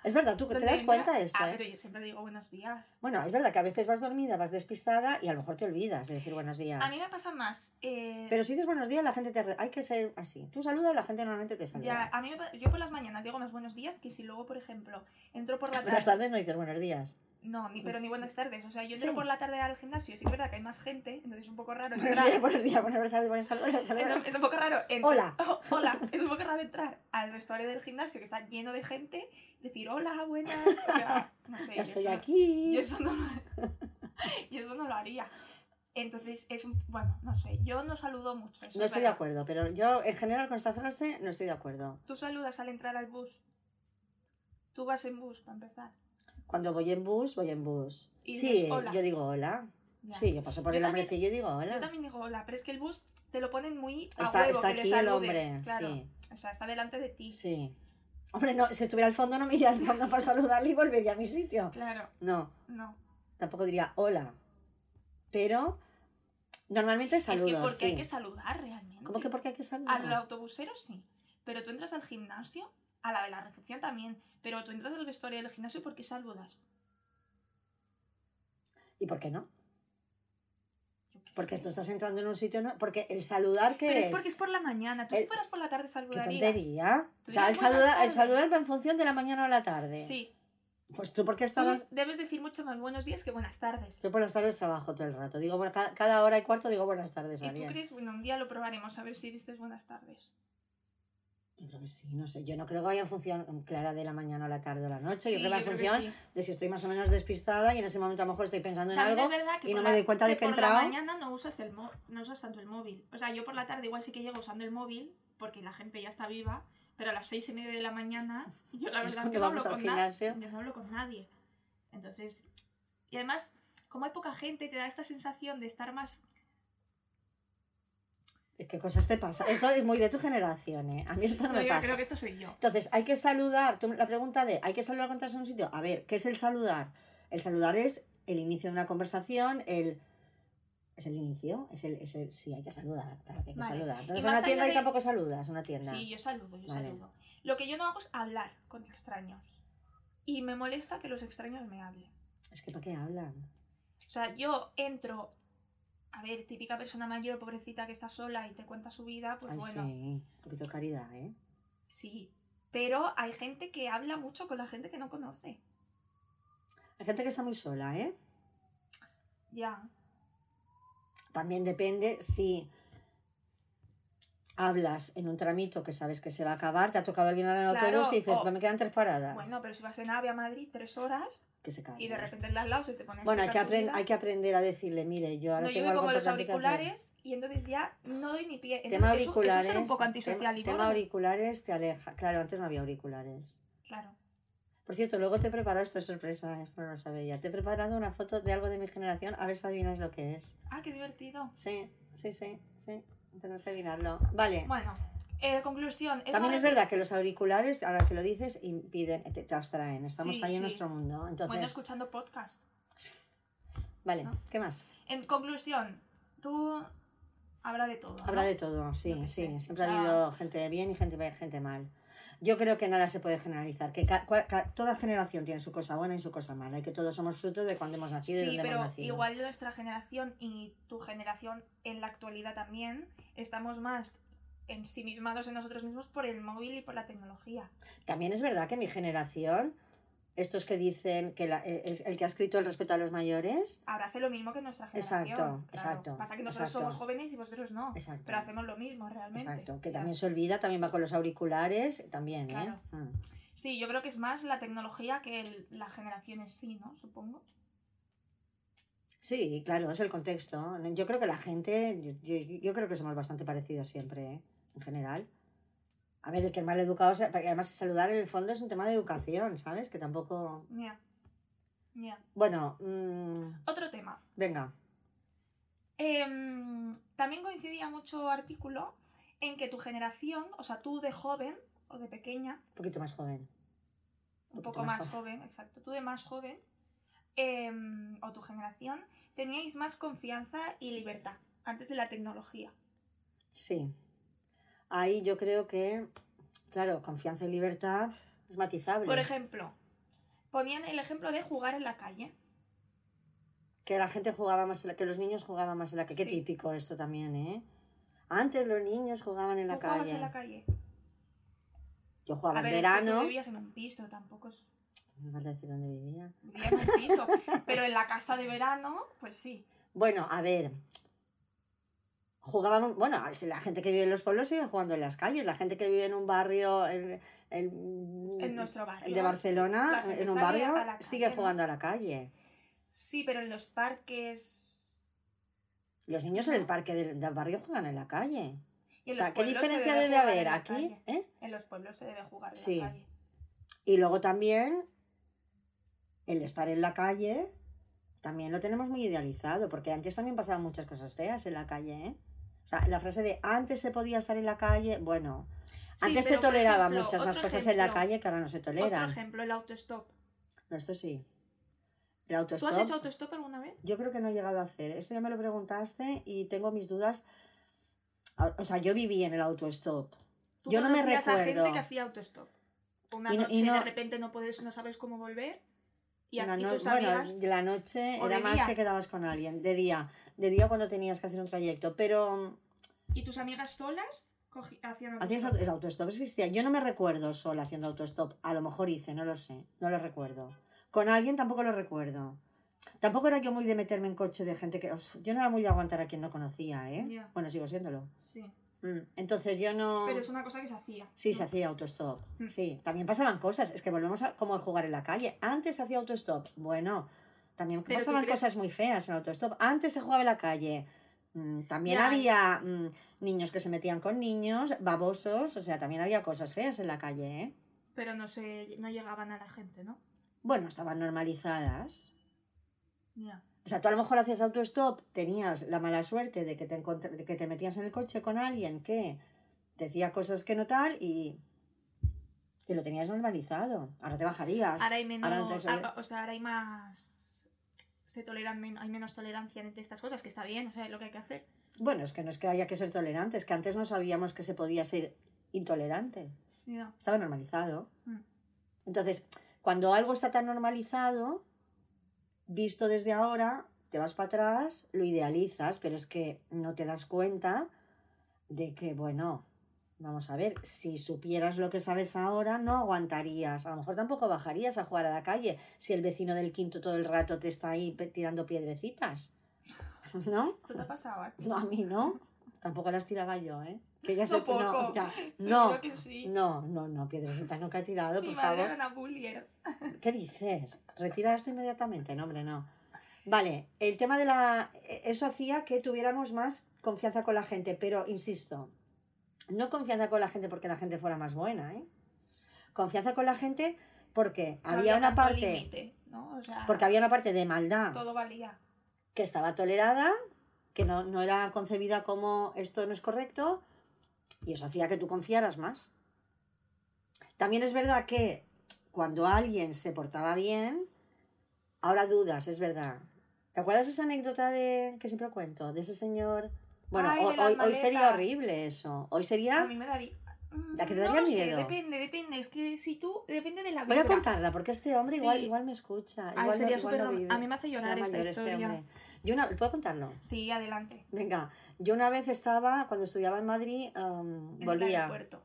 Speaker 1: Es verdad, tú te
Speaker 2: Donde
Speaker 1: das
Speaker 2: entra-
Speaker 1: cuenta de esto.
Speaker 2: Ah,
Speaker 1: ¿eh?
Speaker 2: pero yo siempre digo buenos días.
Speaker 1: Bueno, es verdad que a veces vas dormida, vas despistada y a lo mejor te olvidas de decir buenos días.
Speaker 2: A mí me pasa más. eh,
Speaker 1: Pero si dices buenos días, la gente te... re- Hay que ser así. Tú saludas, la gente normalmente te
Speaker 2: ya,
Speaker 1: saluda.
Speaker 2: a mí me pa- yo por las mañanas digo más buenos días que si luego, por ejemplo, entro por la
Speaker 1: Pero las
Speaker 2: tarde.
Speaker 1: tardes no dices buenos días.
Speaker 2: No, ni pero ni buenas tardes. O sea, yo
Speaker 1: Sí.
Speaker 2: entro por la tarde al gimnasio. Sí, es verdad que hay más gente, entonces es un poco raro
Speaker 1: Buenos
Speaker 2: entrar.
Speaker 1: días, buenos días, buenas tardes, buenas tardes, buenas tardes.
Speaker 2: Es, es un poco raro. entr-
Speaker 1: Hola.
Speaker 2: hola. Es un poco raro entrar al vestuario del gimnasio que está lleno de gente, decir hola, buenas. o sea, no sé,
Speaker 1: Ya
Speaker 2: yo
Speaker 1: estoy
Speaker 2: eso-
Speaker 1: aquí.
Speaker 2: Yo eso no, yo eso no lo haría. Entonces, es un. Bueno, no sé. Yo no saludo mucho. eso
Speaker 1: No
Speaker 2: es
Speaker 1: estoy de
Speaker 2: verdad.
Speaker 1: acuerdo, pero yo en general con esta frase no estoy de acuerdo.
Speaker 2: Tú saludas al entrar al bus. Tú vas en bus para empezar.
Speaker 1: Cuando voy en bus, voy en bus.
Speaker 2: Y
Speaker 1: sí,
Speaker 2: dices, "Hola".
Speaker 1: yo digo hola.
Speaker 2: Ya.
Speaker 1: Sí, yo paso por
Speaker 2: Yo
Speaker 1: el
Speaker 2: también-
Speaker 1: hombrecillo y digo hola.
Speaker 2: Yo también digo hola, pero es que el bus te lo ponen muy a
Speaker 1: está
Speaker 2: huevo
Speaker 1: está
Speaker 2: que le
Speaker 1: aquí el
Speaker 2: saludes,
Speaker 1: hombre.
Speaker 2: claro.
Speaker 1: Sí,
Speaker 2: O sea, está delante de ti.
Speaker 1: sí. Hombre, no, si estuviera al fondo no me iría al fondo para saludarle y volvería a mi sitio.
Speaker 2: Claro,
Speaker 1: No,
Speaker 2: no.
Speaker 1: tampoco diría hola. Pero normalmente
Speaker 2: es que
Speaker 1: saludo,
Speaker 2: porque
Speaker 1: sí.
Speaker 2: hay que saludar realmente.
Speaker 1: ¿Cómo que porque hay que
Speaker 2: A
Speaker 1: saludar?
Speaker 2: los autobuseros sí, pero tú entras al gimnasio, a la de la recepción también, pero tú entras al vestuario del gimnasio porque saludas.
Speaker 1: ¿Y por qué no?
Speaker 2: Yo qué
Speaker 1: Porque
Speaker 2: sé.
Speaker 1: tú estás entrando en un sitio... No... Porque el saludar que
Speaker 2: Pero
Speaker 1: es...
Speaker 2: es porque es por la mañana. Tú
Speaker 1: El-
Speaker 2: si fueras por la tarde
Speaker 1: ¡Qué
Speaker 2: saludarías.
Speaker 1: tontería! O
Speaker 2: Tú
Speaker 1: sea, el,
Speaker 2: dices, "Buenas
Speaker 1: saludar, el
Speaker 2: tardes".
Speaker 1: saludar va en función de la mañana o la tarde.
Speaker 2: Sí.
Speaker 1: Pues tú, ¿por qué
Speaker 2: Tú
Speaker 1: estabas...?
Speaker 2: debes decir mucho más buenos días que buenas tardes.
Speaker 1: Yo por las tardes trabajo todo el rato. Digo, bueno, cada, cada hora y cuarto digo buenas tardes,
Speaker 2: Y tú
Speaker 1: Ariel.
Speaker 2: crees, bueno, un día lo probaremos a ver si dices buenas tardes.
Speaker 1: Yo creo que sí, no sé. Yo no creo que vaya en función clara de la mañana o la tarde o la noche. yo creo
Speaker 2: Sí,
Speaker 1: que va en
Speaker 2: yo creo que
Speaker 1: función
Speaker 2: sí.
Speaker 1: de si estoy más o menos despistada y en ese momento a lo mejor estoy pensando en
Speaker 2: También
Speaker 1: algo.
Speaker 2: es verdad que
Speaker 1: y
Speaker 2: por
Speaker 1: no me
Speaker 2: la-
Speaker 1: doy cuenta de que he
Speaker 2: por
Speaker 1: entrado.
Speaker 2: la mañana no usas, el mo- no usas tanto el móvil. O sea, yo por la tarde igual sí que llego usando el móvil porque la gente ya está viva, pero a las seis y media de la mañana yo la
Speaker 1: Es
Speaker 2: verdad es
Speaker 1: cuando
Speaker 2: que no hablo,
Speaker 1: vamos al
Speaker 2: con na-
Speaker 1: gimnasio.
Speaker 2: yo no hablo con nadie. Entonces, y además, como hay poca gente, te da esta sensación de estar más...
Speaker 1: ¿Qué cosas te pasa? Esto es muy de tu generación, ¿eh? A mí esto no,
Speaker 2: No,
Speaker 1: me
Speaker 2: yo
Speaker 1: pasa.
Speaker 2: creo que esto soy yo.
Speaker 1: Entonces, hay que saludar. Tú, la pregunta de, ¿hay que saludar cuando estás en un sitio? A ver, ¿qué es el saludar? El saludar es el inicio de una conversación, el... ¿Es el inicio? Es el, es el- sí, hay que saludar, claro que hay que
Speaker 2: Vale.
Speaker 1: saludar. Entonces,
Speaker 2: Y
Speaker 1: en una
Speaker 2: más allá
Speaker 1: tienda y
Speaker 2: de-
Speaker 1: tampoco saludas, una tienda.
Speaker 2: Sí, yo saludo, yo
Speaker 1: Vale.
Speaker 2: saludo. Lo que yo no hago es hablar con extraños. Y me molesta que los extraños me hablen.
Speaker 1: Es que ¿para qué hablan?
Speaker 2: O sea, yo entro, a ver, típica persona mayor, pobrecita que está sola y te cuenta su vida, pues
Speaker 1: Ay,
Speaker 2: bueno,
Speaker 1: sí, un poquito de caridad, ¿eh?
Speaker 2: sí. Pero hay gente que habla mucho con la gente que no conoce.
Speaker 1: Hay gente que está muy sola, ¿eh?
Speaker 2: Ya.
Speaker 1: También depende si hablas en un tramito que sabes que se va a acabar, te ha tocado alguien en el
Speaker 2: Claro,
Speaker 1: autobús y dices,
Speaker 2: o-
Speaker 1: "No, me quedan tres paradas.
Speaker 2: Bueno, pero si vas en AVE a Madrid tres horas
Speaker 1: que se cae.
Speaker 2: y de repente el de al lado se te pone a
Speaker 1: Bueno, hay que,
Speaker 2: explicar su
Speaker 1: apren-
Speaker 2: vida.
Speaker 1: hay que aprender a decirle, mire, yo ahora
Speaker 2: No, yo
Speaker 1: tengo
Speaker 2: me
Speaker 1: algo
Speaker 2: pongo los
Speaker 1: importante que hacer".
Speaker 2: auriculares y entonces ya no doy ni pie.
Speaker 1: tema
Speaker 2: Entonces, eso- eso es ser
Speaker 1: auriculares.
Speaker 2: un poco
Speaker 1: tema-
Speaker 2: antisocial y
Speaker 1: tema
Speaker 2: gordo.
Speaker 1: auriculares te aleja. Claro, antes no había auriculares.
Speaker 2: Claro.
Speaker 1: Por cierto, luego te he preparado, esto es sorpresa, esto no lo sabía. Te he preparado una foto de algo de mi generación, a ver si adivinas lo que es.
Speaker 2: Ah, qué divertido.
Speaker 1: Sí, sí, sí, sí. Tendrás que adivinarlo. Vale.
Speaker 2: Bueno, eh, conclusión. es
Speaker 1: También
Speaker 2: más
Speaker 1: es verdad que los auriculares, ahora que lo dices, impiden, te, te abstraen. Estamos
Speaker 2: Sí,
Speaker 1: ahí en
Speaker 2: sí.
Speaker 1: nuestro mundo. Entonces,
Speaker 2: Bueno, escuchando podcast.
Speaker 1: vale,
Speaker 2: ¿no?
Speaker 1: ¿qué más?
Speaker 2: En conclusión, tú habrá de todo.
Speaker 1: Habrá
Speaker 2: ¿no?
Speaker 1: de todo, sí,
Speaker 2: Yo qué
Speaker 1: sí.
Speaker 2: sé.
Speaker 1: Siempre
Speaker 2: Ah.
Speaker 1: ha habido gente bien y gente, gente mal. Yo creo que nada se puede generalizar, que ca- cua- ca- toda generación tiene su cosa buena y su cosa mala, y que todos somos fruto de cuando hemos nacido y
Speaker 2: Sí,
Speaker 1: donde
Speaker 2: pero
Speaker 1: hemos nacido.
Speaker 2: igual nuestra generación y tu generación en la actualidad también estamos más ensimismados en nosotros mismos por el móvil y por la tecnología.
Speaker 1: También es verdad que mi generación estos que dicen que la- eh, es el que ha escrito el respeto a los mayores,
Speaker 2: Ahora hace lo mismo que nuestra generación.
Speaker 1: Exacto, exacto,
Speaker 2: Pasa que nosotros
Speaker 1: exacto.
Speaker 2: somos jóvenes y vosotros no.
Speaker 1: Exacto.
Speaker 2: Pero hacemos lo mismo realmente.
Speaker 1: exacto, que
Speaker 2: Ya.
Speaker 1: también se olvida, también va con los auriculares, también, ¿eh?
Speaker 2: Claro.
Speaker 1: Mm.
Speaker 2: Sí, yo creo que es más la tecnología que el- la generación en sí, ¿no? Supongo.
Speaker 1: Sí, claro, es el contexto. Yo creo que la gente, yo, yo- yo creo que somos bastante parecidos siempre, ¿eh? en general. A ver, el que el mal educado, sea- porque además saludar en el fondo es un tema de educación, ¿sabes? Que tampoco...
Speaker 2: Ya. Ya.
Speaker 1: Bueno, mm,
Speaker 2: Otro tema.
Speaker 1: venga,
Speaker 2: Em, también coincidía mucho artículo en que tu generación, o sea, tú de joven o de pequeña,
Speaker 1: un poquito más joven.
Speaker 2: un poco más joven, exacto, tú de más joven, em, o tu generación, teníais más confianza y libertad antes de la tecnología.
Speaker 1: Sí. Ahí yo creo que, claro, confianza y libertad es matizable.
Speaker 2: Por ejemplo, ponían el ejemplo de jugar en la calle.
Speaker 1: Que la gente jugaba más, en la- que los niños jugaban más en la calle. Qué
Speaker 2: Sí.
Speaker 1: típico esto también, ¿eh? Antes los niños jugaban en la
Speaker 2: ¿Tú jugabas
Speaker 1: calle.
Speaker 2: en la calle?
Speaker 1: Yo jugaba
Speaker 2: A
Speaker 1: en
Speaker 2: ver, es que
Speaker 1: verano.
Speaker 2: tú vivías en un piso, tampoco es-
Speaker 1: No vas a decir dónde vivía.
Speaker 2: vivías en un piso, pero en la casa de verano, pues sí.
Speaker 1: Bueno, a ver. Jugábamos, bueno, si la gente que vive en los pueblos sigue jugando en las calles, la gente que vive en un barrio en, en-
Speaker 2: En nuestro barrio.
Speaker 1: de
Speaker 2: la
Speaker 1: Barcelona,
Speaker 2: gente
Speaker 1: en un
Speaker 2: sale
Speaker 1: barrio,
Speaker 2: a la calle,
Speaker 1: sigue
Speaker 2: ¿no?
Speaker 1: jugando a la calle.
Speaker 2: Sí, pero en los parques.
Speaker 1: Los niños en el parque del, del barrio juegan en la calle. o
Speaker 2: Y en los
Speaker 1: sea, ¿qué
Speaker 2: pueblos se
Speaker 1: diferencia
Speaker 2: debe
Speaker 1: debe
Speaker 2: jugar en
Speaker 1: haber
Speaker 2: la
Speaker 1: aquí?
Speaker 2: calle.
Speaker 1: ¿eh?
Speaker 2: En los pueblos se debe jugar en
Speaker 1: Sí.
Speaker 2: la calle.
Speaker 1: Y luego también el estar en la calle también lo tenemos muy idealizado, porque antes también pasaban muchas cosas feas en la calle, ¿eh? O sea, la frase de antes se podía estar en la calle, bueno,
Speaker 2: Sí,
Speaker 1: antes se
Speaker 2: pero, por
Speaker 1: toleraban
Speaker 2: ejemplo,
Speaker 1: muchas más
Speaker 2: otro
Speaker 1: cosas en la
Speaker 2: ejemplo,
Speaker 1: calle que ahora no se
Speaker 2: Otro
Speaker 1: toleran.
Speaker 2: ejemplo, el autostop.
Speaker 1: No, esto sí. El
Speaker 2: ¿Tú
Speaker 1: autostop.
Speaker 2: has hecho autostop alguna vez?
Speaker 1: Yo creo que no he llegado a hacer. Eso ya me lo preguntaste y tengo mis dudas. O- O sea, yo viví en el autostop.
Speaker 2: ¿Tú
Speaker 1: Yo no me
Speaker 2: conocías a gente
Speaker 1: recuerdo.
Speaker 2: que hacía autostop. Una
Speaker 1: Y no- y
Speaker 2: noche y de
Speaker 1: no-
Speaker 2: repente no puedes, no sabes cómo volver. Y, a-
Speaker 1: La
Speaker 2: y
Speaker 1: no-
Speaker 2: tus
Speaker 1: bueno,
Speaker 2: amigas.
Speaker 1: de la noche
Speaker 2: o
Speaker 1: era
Speaker 2: de
Speaker 1: más
Speaker 2: día.
Speaker 1: que quedabas con alguien, de día, de día cuando tenías que hacer un trayecto, pero mm,
Speaker 2: Y tus amigas solas cogi- hacían
Speaker 1: hacías
Speaker 2: autostop.
Speaker 1: auto- el autostop existía. Yo no me recuerdo sola haciendo autostop, a lo mejor hice, no lo sé, no lo recuerdo. Con alguien tampoco lo recuerdo. Tampoco era yo muy de meterme en coche de gente que uf, yo no era muy de aguantar a quien no conocía, ¿eh?
Speaker 2: Ya.
Speaker 1: Bueno, sigo siéndolo.
Speaker 2: Sí.
Speaker 1: Mm, Entonces yo no
Speaker 2: Pero es una cosa que se hacía.
Speaker 1: Sí,
Speaker 2: ¿no?
Speaker 1: se hacía autostop.
Speaker 2: Mm.
Speaker 1: Sí, también pasaban cosas. Es que volvemos a como al jugar en la calle. Antes se hacía autostop. Bueno, también
Speaker 2: Pero ¿tú
Speaker 1: pasaban
Speaker 2: crees-
Speaker 1: cosas muy feas en autostop. Antes se jugaba en la calle. Mm, También
Speaker 2: Ya.
Speaker 1: había mm, niños que se metían con niños, babosos. O sea, también había cosas feas en la calle. ¿eh?
Speaker 2: Pero no, se, no llegaban a la gente, ¿no?
Speaker 1: Bueno, estaban normalizadas.
Speaker 2: Ya.
Speaker 1: O sea, tú a lo mejor hacías autostop, tenías la mala suerte de que te, encontr- de que te metías en el coche con alguien que decía cosas que no tal y, y lo tenías normalizado. Ahora te bajarías.
Speaker 2: Ahora hay menos.
Speaker 1: no te-
Speaker 2: ah, o sea, ahora hay más. Se toleran menos. Hay menos tolerancia entre estas cosas, que está bien, o sea, es lo que hay que hacer.
Speaker 1: Bueno, es que no es que haya que ser tolerante, es que antes no sabíamos que se podía ser intolerante.
Speaker 2: Ya.
Speaker 1: Estaba normalizado.
Speaker 2: Mm.
Speaker 1: Entonces, cuando algo está tan normalizado, visto desde ahora, te vas para atrás, lo idealizas, pero es que no te das cuenta de que, bueno, vamos a ver, si supieras lo que sabes ahora, no aguantarías. A lo mejor tampoco bajarías a jugar a la calle si el vecino del quinto todo el rato te está ahí pe- tirando piedrecitas. ¿No?
Speaker 2: ¿Esto te ha pasado a ti?
Speaker 1: No, a mí no. Tampoco las tiraba yo, ¿eh? Que ya se...
Speaker 2: Tampoco.
Speaker 1: No, ya.
Speaker 2: Seguro
Speaker 1: no,
Speaker 2: que sí.
Speaker 1: no, no, no, piedrecitas nunca he tirado,
Speaker 2: Mi
Speaker 1: por
Speaker 2: madre era
Speaker 1: favor.
Speaker 2: una eh. bullier.
Speaker 1: ¿Qué dices? Retira esto inmediatamente. No, hombre, no. Vale, el tema de la... e- Eso hacía que tuviéramos más confianza con la gente, pero insisto, no confianza con la gente porque la gente fuera más buena, ¿eh? Confianza con la gente porque
Speaker 2: No
Speaker 1: había una
Speaker 2: tanto
Speaker 1: parte...
Speaker 2: límite, ¿no? O sea,
Speaker 1: Porque había una parte de maldad
Speaker 2: todo valía.
Speaker 1: que estaba tolerada, que no, no era concebida como esto no es correcto, y eso hacía que tú confiaras más. También es verdad que cuando alguien se portaba bien, ahora dudas, es verdad. ¿Te acuerdas esa anécdota de que siempre cuento? De ese señor. Bueno,
Speaker 2: Ay,
Speaker 1: ho-
Speaker 2: de las
Speaker 1: hoy, hoy sería
Speaker 2: maletas.
Speaker 1: horrible eso. Hoy
Speaker 2: A
Speaker 1: sería.
Speaker 2: mí me daría. Mm,
Speaker 1: ¿Ah? La que te
Speaker 2: no
Speaker 1: daría
Speaker 2: lo sé,
Speaker 1: miedo.
Speaker 2: depende, depende. Es que si tú. Depende de la
Speaker 1: Voy
Speaker 2: vida.
Speaker 1: a contarla porque este hombre
Speaker 2: Sí.
Speaker 1: igual, igual me escucha.
Speaker 2: Ay,
Speaker 1: Igual no-
Speaker 2: sería
Speaker 1: igual
Speaker 2: súper
Speaker 1: no
Speaker 2: rom-
Speaker 1: vive.
Speaker 2: a mí me hace
Speaker 1: Será
Speaker 2: llorar esta
Speaker 1: mayor este
Speaker 2: historia.
Speaker 1: hombre. Yo una, ¿Puedo contarlo?
Speaker 2: Sí, adelante.
Speaker 1: Venga, yo una vez estaba, cuando estudiaba en Madrid, em,
Speaker 2: En el
Speaker 1: volvía.
Speaker 2: aeropuerto.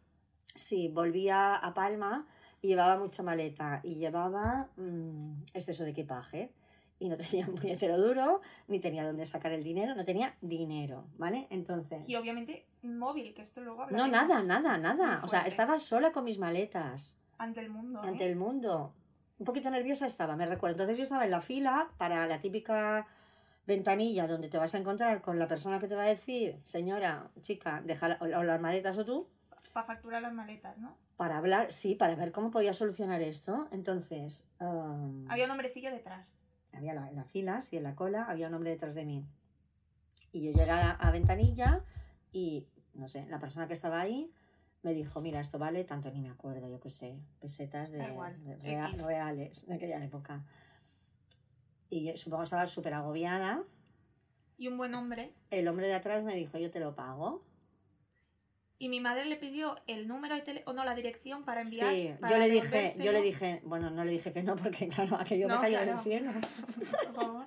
Speaker 1: Sí, volvía a Palma y llevaba mucha maleta y llevaba mm, exceso de equipaje y no tenía un puñetero duro, ni tenía dónde sacar el dinero, no tenía dinero, ¿vale? Entonces...
Speaker 2: Y obviamente móvil, que esto luego
Speaker 1: No, nada,
Speaker 2: hablaremos.
Speaker 1: nada, nada.
Speaker 2: Muy
Speaker 1: O sea,
Speaker 2: fuerte.
Speaker 1: estaba sola con mis maletas
Speaker 2: Ante el mundo. ¿eh?
Speaker 1: ante el mundo. Un poquito nerviosa estaba, me recuerdo. Entonces yo estaba en la fila para la típica ventanilla donde te vas a encontrar con la persona que te va a decir, señora, chica, deja la- o o las maletas o tú,
Speaker 2: Para facturar las maletas, ¿no?
Speaker 1: para hablar, sí, para ver cómo podía solucionar esto. Entonces, em,
Speaker 2: Había un hombrecillo detrás.
Speaker 1: había la, en las filas y en la cola había un hombre detrás de mí. Y yo llegué a, a ventanilla y, no sé, la persona que estaba ahí me dijo, mira, esto vale tanto, ni me acuerdo, yo qué sé, pesetas de,
Speaker 2: Da igual,
Speaker 1: de- rea-
Speaker 2: X.
Speaker 1: reales de aquella época. Y yo supongo que estaba súper agobiada.
Speaker 2: Y un buen hombre.
Speaker 1: El hombre de atrás me dijo, yo te lo pago.
Speaker 2: Y mi madre le pidió el número de tele... o no, la dirección para enviar.
Speaker 1: Sí,
Speaker 2: para
Speaker 1: yo le dije,
Speaker 2: devolvérselo.
Speaker 1: yo le dije, bueno, no le dije que no, porque claro, aquello
Speaker 2: No,
Speaker 1: me cayó
Speaker 2: claro.
Speaker 1: del cielo.
Speaker 2: Por favor.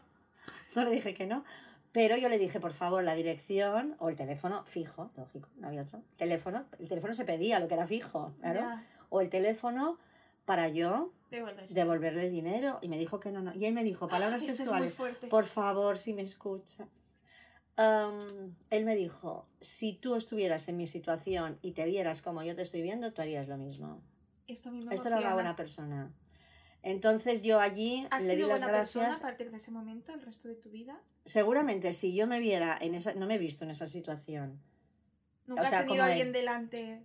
Speaker 1: No le dije que no. Pero yo le dije, por favor, la dirección o el teléfono fijo, lógico, no había otro. El teléfono, el teléfono se pedía, lo que era fijo, claro.
Speaker 2: Ya,
Speaker 1: O el teléfono para yo
Speaker 2: devolvérselo.
Speaker 1: devolverle el dinero. Y me dijo que no, no. Y él me dijo, palabras
Speaker 2: Esto Ah, es muy
Speaker 1: textuales,
Speaker 2: fuerte.
Speaker 1: por favor, si me escuchas. Am, él me dijo, si tú estuvieras en mi situación y te vieras como yo te estoy viendo, tú harías lo mismo.
Speaker 2: Esto a mí me
Speaker 1: Esto era una
Speaker 2: emociona.
Speaker 1: buena persona. Entonces yo allí
Speaker 2: ¿Has
Speaker 1: le di
Speaker 2: sido
Speaker 1: las
Speaker 2: buena persona
Speaker 1: gracias.
Speaker 2: a partir de ese momento, el resto de tu vida?
Speaker 1: Seguramente si yo me viera en esa, no me he visto en esa situación,
Speaker 2: ¿Nunca
Speaker 1: O sea,
Speaker 2: has tenido
Speaker 1: como
Speaker 2: a alguien
Speaker 1: él.
Speaker 2: delante?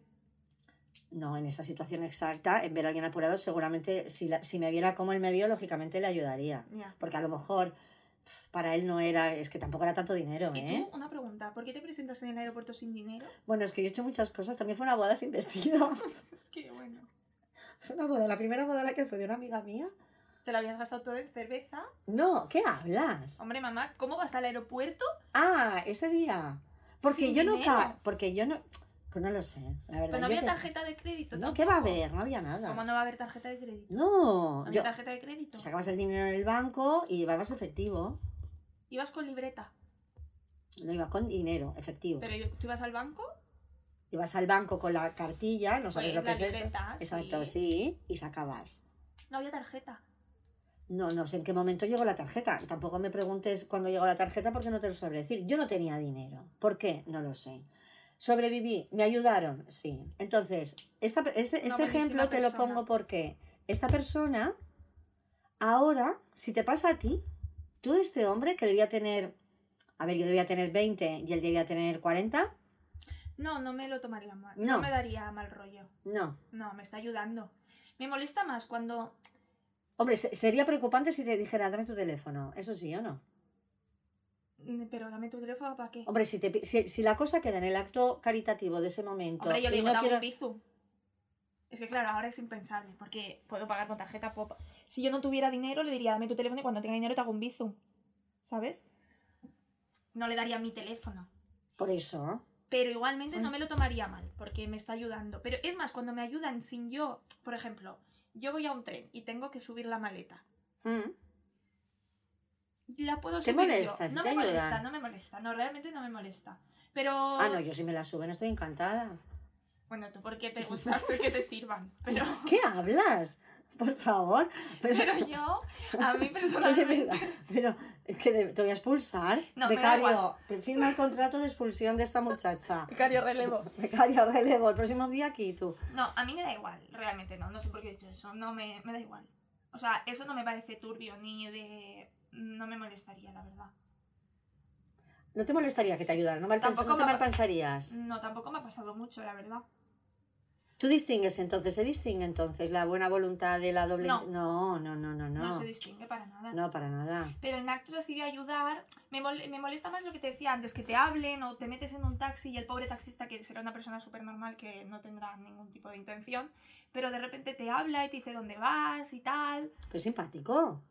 Speaker 1: no en esa situación exacta, en ver a alguien apurado, seguramente si, la- si me viera como él me vio, lógicamente le ayudaría.
Speaker 2: Ya.
Speaker 1: Porque a lo mejor pf, para él no era, es que tampoco era tanto dinero,
Speaker 2: Y
Speaker 1: ¿eh?
Speaker 2: tú, una pregunta, ¿por qué te presentas en el aeropuerto sin dinero?
Speaker 1: Bueno, es que yo he hecho muchas cosas, también fue una boda sin vestido.
Speaker 2: Es que bueno.
Speaker 1: fue una boda, la primera boda a la que fue de una amiga mía.
Speaker 2: ¿Te lo habías gastado todo en cerveza?
Speaker 1: No, ¿qué hablas?
Speaker 2: Hombre, mamá, ¿cómo vas al aeropuerto?
Speaker 1: Ah, ese día. Porque
Speaker 2: Sin
Speaker 1: yo no
Speaker 2: dinero.
Speaker 1: ca- porque yo no pues no lo sé, la verdad.
Speaker 2: Pero no
Speaker 1: yo
Speaker 2: había
Speaker 1: qué sé.
Speaker 2: tarjeta de crédito.
Speaker 1: No,
Speaker 2: tampoco.
Speaker 1: ¿qué va a haber? No había nada.
Speaker 2: ¿Cómo no va a haber tarjeta de crédito?
Speaker 1: No,
Speaker 2: No había
Speaker 1: yo
Speaker 2: tarjeta de crédito.
Speaker 1: sacabas el dinero en el banco y llevabas efectivo.
Speaker 2: Ibas con libreta,
Speaker 1: No ibas con dinero, efectivo.
Speaker 2: pero yo- tú ibas al banco,
Speaker 1: Ibas al banco con la cartilla, no sabes
Speaker 2: pues,
Speaker 1: lo que
Speaker 2: la
Speaker 1: es eso.
Speaker 2: libreta. sí.
Speaker 1: Exacto, sí, y sacabas.
Speaker 2: No había tarjeta.
Speaker 1: No, no sé en qué momento llegó la tarjeta. Tampoco me preguntes cuándo llegó la tarjeta porque no te lo sabré decir. Yo no tenía dinero. ¿Por qué? No lo sé. Sobreviví, me ayudaron, sí. Entonces, esta, este, este
Speaker 2: buenísima
Speaker 1: ejemplo te lo
Speaker 2: persona.
Speaker 1: pongo porque esta persona, ahora, si te pasa a ti, tú este hombre que debía tener, a ver, yo debía tener 20 y él debía tener 40,
Speaker 2: No, no me lo tomaría mal.
Speaker 1: No.
Speaker 2: no me daría mal rollo.
Speaker 1: no.
Speaker 2: No, me está ayudando. Me molesta más cuando
Speaker 1: Hombre, se- sería preocupante si te dijera, dame tu teléfono, eso sí o no.
Speaker 2: Mm, Pero dame tu teléfono para qué.
Speaker 1: Hombre, si, te pi- si, si la cosa queda en el acto caritativo de ese momento
Speaker 2: Hombre, yo le
Speaker 1: y
Speaker 2: digo,
Speaker 1: no
Speaker 2: dame
Speaker 1: quiero...
Speaker 2: un bizu. Es que claro, ahora es impensable, porque puedo pagar con tarjeta pop. Si yo no tuviera dinero, le diría, dame tu teléfono y cuando tenga dinero te hago un bizu. ¿Sabes? No le daría mi teléfono.
Speaker 1: Por eso,
Speaker 2: Pero igualmente
Speaker 1: Ay.
Speaker 2: no me lo tomaría mal, porque me está ayudando. Pero es más, cuando me ayudan sin yo, por ejemplo, yo voy a un tren y tengo que subir la maleta.
Speaker 1: Mm.
Speaker 2: La puedo
Speaker 1: Te
Speaker 2: subir yo.
Speaker 1: molesta, si
Speaker 2: No
Speaker 1: te
Speaker 2: me molesta,
Speaker 1: ayudan.
Speaker 2: no me molesta. No, realmente no me molesta. Pero...
Speaker 1: Ah, no, yo si me la suben estoy encantada.
Speaker 2: Bueno, tú porque te gusta que te sirvan, pero...
Speaker 1: ¿Qué hablas? Por favor. Pero,
Speaker 2: Pero yo, a mí
Speaker 1: Oye, de
Speaker 2: personalmente.
Speaker 1: verdad, pero es que de- te voy a expulsar.
Speaker 2: No, me da
Speaker 1: Becario, firma el contrato de expulsión de esta muchacha.
Speaker 2: Becario relevo.
Speaker 1: Becario, relevo, el próximo día aquí tú.
Speaker 2: No, a mí me da igual, realmente no. No sé por qué he dicho eso. No me, me da igual. O sea, eso no me parece turbio ni de. No me molestaría, la verdad.
Speaker 1: No te molestaría que te ayudara, no, mal pens-
Speaker 2: Tampoco
Speaker 1: no te
Speaker 2: me-
Speaker 1: mal pensarías.
Speaker 2: No, tampoco me ha pasado mucho, la verdad.
Speaker 1: Tú distingues entonces, se distingue entonces la buena voluntad de la doble.
Speaker 2: No.
Speaker 1: no, no, no, no.
Speaker 2: No,
Speaker 1: No,
Speaker 2: se distingue para nada.
Speaker 1: No, para nada.
Speaker 2: Pero en actos así de ayudar, me, mol- me molesta más lo que te decía antes, que te hablen o te metes en un taxi y el pobre taxista, que será una persona súper normal que no tendrá ningún tipo de intención, pero de repente te habla y te dice dónde vas y tal.
Speaker 1: Pero es simpático.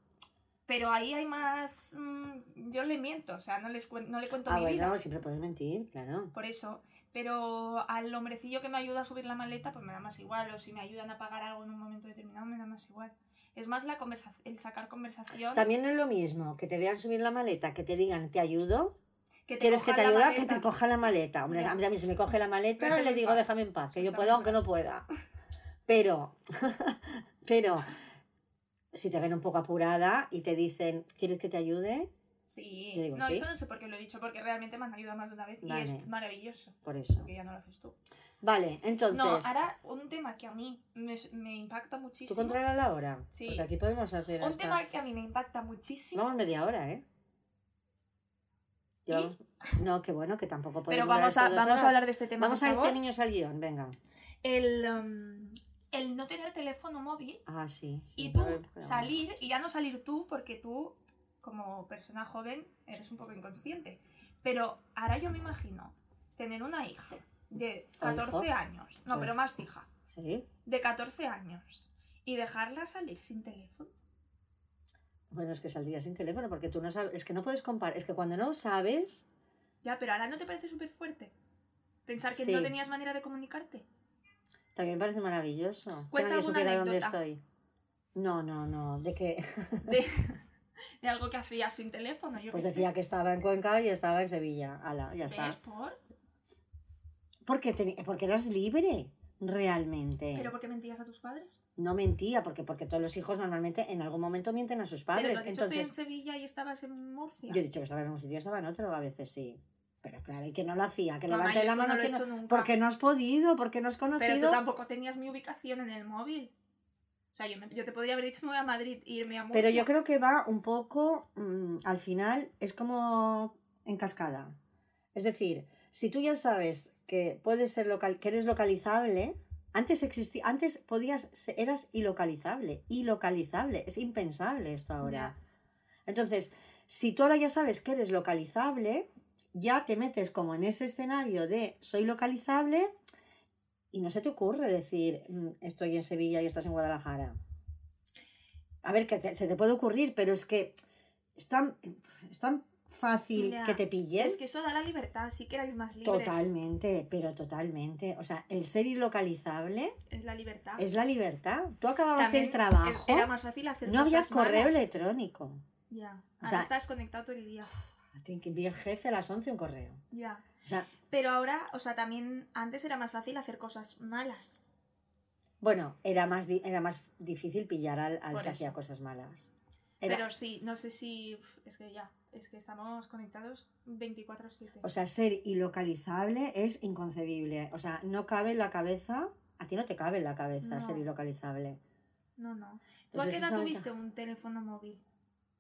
Speaker 2: Pero ahí hay más. mm, yo le miento, o sea, no, les cuen- no le cuento
Speaker 1: Ah,
Speaker 2: mi
Speaker 1: bueno,
Speaker 2: vida.
Speaker 1: siempre puedes mentir, claro.
Speaker 2: Por eso. Pero al hombrecillo que me ayuda a subir la maleta, pues me da más igual. O si me ayudan a pagar algo en un momento determinado, me da más igual. Es más la conversa- el sacar conversación.
Speaker 1: También no es lo mismo que te vean subir la maleta, que te digan te ayudo,
Speaker 2: que te
Speaker 1: quieres que te
Speaker 2: cojan la
Speaker 1: ayuda, que
Speaker 2: maleta.
Speaker 1: te coja la maleta. Hombre,
Speaker 2: Ya.
Speaker 1: a mí a mí se me coge la maleta
Speaker 2: Déjame
Speaker 1: le
Speaker 2: en
Speaker 1: digo
Speaker 2: paz.
Speaker 1: déjame en paz, que yo
Speaker 2: Exactamente.
Speaker 1: puedo aunque no pueda. Pero, pero, si te ven un poco apurada y te dicen, ¿quieres que te ayude?
Speaker 2: Sí.
Speaker 1: Yo digo,
Speaker 2: no,
Speaker 1: sí.
Speaker 2: eso no sé por qué lo he dicho, porque realmente me han ayudado más de una vez y
Speaker 1: Vale.
Speaker 2: es maravilloso.
Speaker 1: Por eso.
Speaker 2: Porque ya no lo haces tú.
Speaker 1: Vale, entonces,
Speaker 2: no, ahora un tema que a mí me, me impacta
Speaker 1: ¿tú
Speaker 2: muchísimo.
Speaker 1: controlas la hora?
Speaker 2: Sí.
Speaker 1: Porque aquí podemos hacer
Speaker 2: Un
Speaker 1: hasta-
Speaker 2: tema que a mí me impacta muchísimo.
Speaker 1: Vamos media hora, ¿eh? Llevamos- No, que bueno, que tampoco podemos
Speaker 2: pero vamos a, vamos a hablar de este tema.
Speaker 1: Vamos
Speaker 2: por
Speaker 1: a
Speaker 2: favor.
Speaker 1: decir niños al guión, venga.
Speaker 2: El, um, el no tener teléfono móvil
Speaker 1: Ah, sí. sí,
Speaker 2: y tú
Speaker 1: a ver, espera,
Speaker 2: salir, y ya no salir tú, porque tú, como persona joven, eres un poco inconsciente. Pero ahora yo me imagino tener una hija de
Speaker 1: ¿O hijo? Pues
Speaker 2: 14 años,
Speaker 1: O
Speaker 2: no, pero
Speaker 1: hija.
Speaker 2: más hija,
Speaker 1: Sí.
Speaker 2: de 14 años, y dejarla salir sin teléfono.
Speaker 1: Bueno, es que saldría sin teléfono porque tú no sabes. Es que no puedes comparar. Es que cuando no sabes.
Speaker 2: Ya, pero ahora no te parece súper fuerte. Pensar que
Speaker 1: Sí.
Speaker 2: no tenías manera de comunicarte.
Speaker 1: También parece maravilloso. que nadie
Speaker 2: Cuenta alguna
Speaker 1: supiera dónde
Speaker 2: anécdota.
Speaker 1: estoy. No, no, no. De que
Speaker 2: De, de algo que hacías sin teléfono. Yo
Speaker 1: pues
Speaker 2: qué sé.
Speaker 1: decía que estaba en Cuenca y estaba en Sevilla. Ala, ya
Speaker 2: ¿Ves
Speaker 1: está.
Speaker 2: por?
Speaker 1: Porque, teni- porque eras libre, realmente.
Speaker 2: ¿Pero por qué mentías a tus padres?
Speaker 1: No mentía, porque, porque todos los hijos normalmente en algún momento mienten a sus
Speaker 2: Pero
Speaker 1: padres.
Speaker 2: tú has dicho,
Speaker 1: Entonces,
Speaker 2: estoy en Sevilla y estabas en Murcia.
Speaker 1: yo he dicho que estaba en un sitio, estaba en otro, a veces sí. Pero claro, y que no lo hacía, que
Speaker 2: Mamá,
Speaker 1: levanté
Speaker 2: yo
Speaker 1: la
Speaker 2: eso
Speaker 1: mano.
Speaker 2: no lo
Speaker 1: que
Speaker 2: he
Speaker 1: no-
Speaker 2: hecho nunca.
Speaker 1: Porque no has podido, porque no has
Speaker 2: Pero tú
Speaker 1: conocido.
Speaker 2: tampoco tenías mi ubicación en el móvil. O sea, yo, me- yo te podría haber dicho, me voy a Madrid e irme a Murcia.
Speaker 1: Pero yo creo que va un poco, mm, al final, es como en cascada. Es decir, si tú ya sabes que puedes ser local, que eres localizable, antes existía, antes podías, se- eras ilocalizable, ilocalizable, es impensable esto ahora. Entonces, si tú ahora ya sabes que eres localizable, ya te metes como en ese escenario de soy localizable y no se te ocurre decir mm, estoy en Sevilla y estás en Guadalajara. A ver, que te- se te puede ocurrir, pero es que es tan, es tan fácil
Speaker 2: Ya.
Speaker 1: que te pillen.
Speaker 2: Es que eso da la libertad, sí que erais más libres.
Speaker 1: Totalmente, pero totalmente. O sea, el ser ilocalizable
Speaker 2: Es la libertad.
Speaker 1: es la libertad. Tú acababas
Speaker 2: Ah. También
Speaker 1: el
Speaker 2: es-
Speaker 1: trabajo,
Speaker 2: Era más fácil hacer
Speaker 1: no había
Speaker 2: cosas
Speaker 1: correo
Speaker 2: malas.
Speaker 1: electrónico.
Speaker 2: Ya. Ahora
Speaker 1: sea-
Speaker 2: estás conectado todo el día.
Speaker 1: Tiene que enviar el jefe a las 11 un correo.
Speaker 2: Ya.
Speaker 1: O sea,
Speaker 2: Pero ahora, o sea, también antes era más fácil hacer cosas malas.
Speaker 1: bueno, era más, di- era más difícil pillar al, al
Speaker 2: Por
Speaker 1: que
Speaker 2: eso.
Speaker 1: hacía cosas malas. Era-
Speaker 2: Pero sí, no sé si. uf, Es que ya. Es que estamos conectados 24-7.
Speaker 1: o sea, ser ilocalizable es inconcebible. O sea, no cabe en la cabeza. A ti no te cabe en la cabeza
Speaker 2: No.
Speaker 1: ser ilocalizable.
Speaker 2: no, no. ¿Tú
Speaker 1: Entonces,
Speaker 2: a qué
Speaker 1: esa
Speaker 2: edad
Speaker 1: ventaja-
Speaker 2: tuviste un teléfono móvil?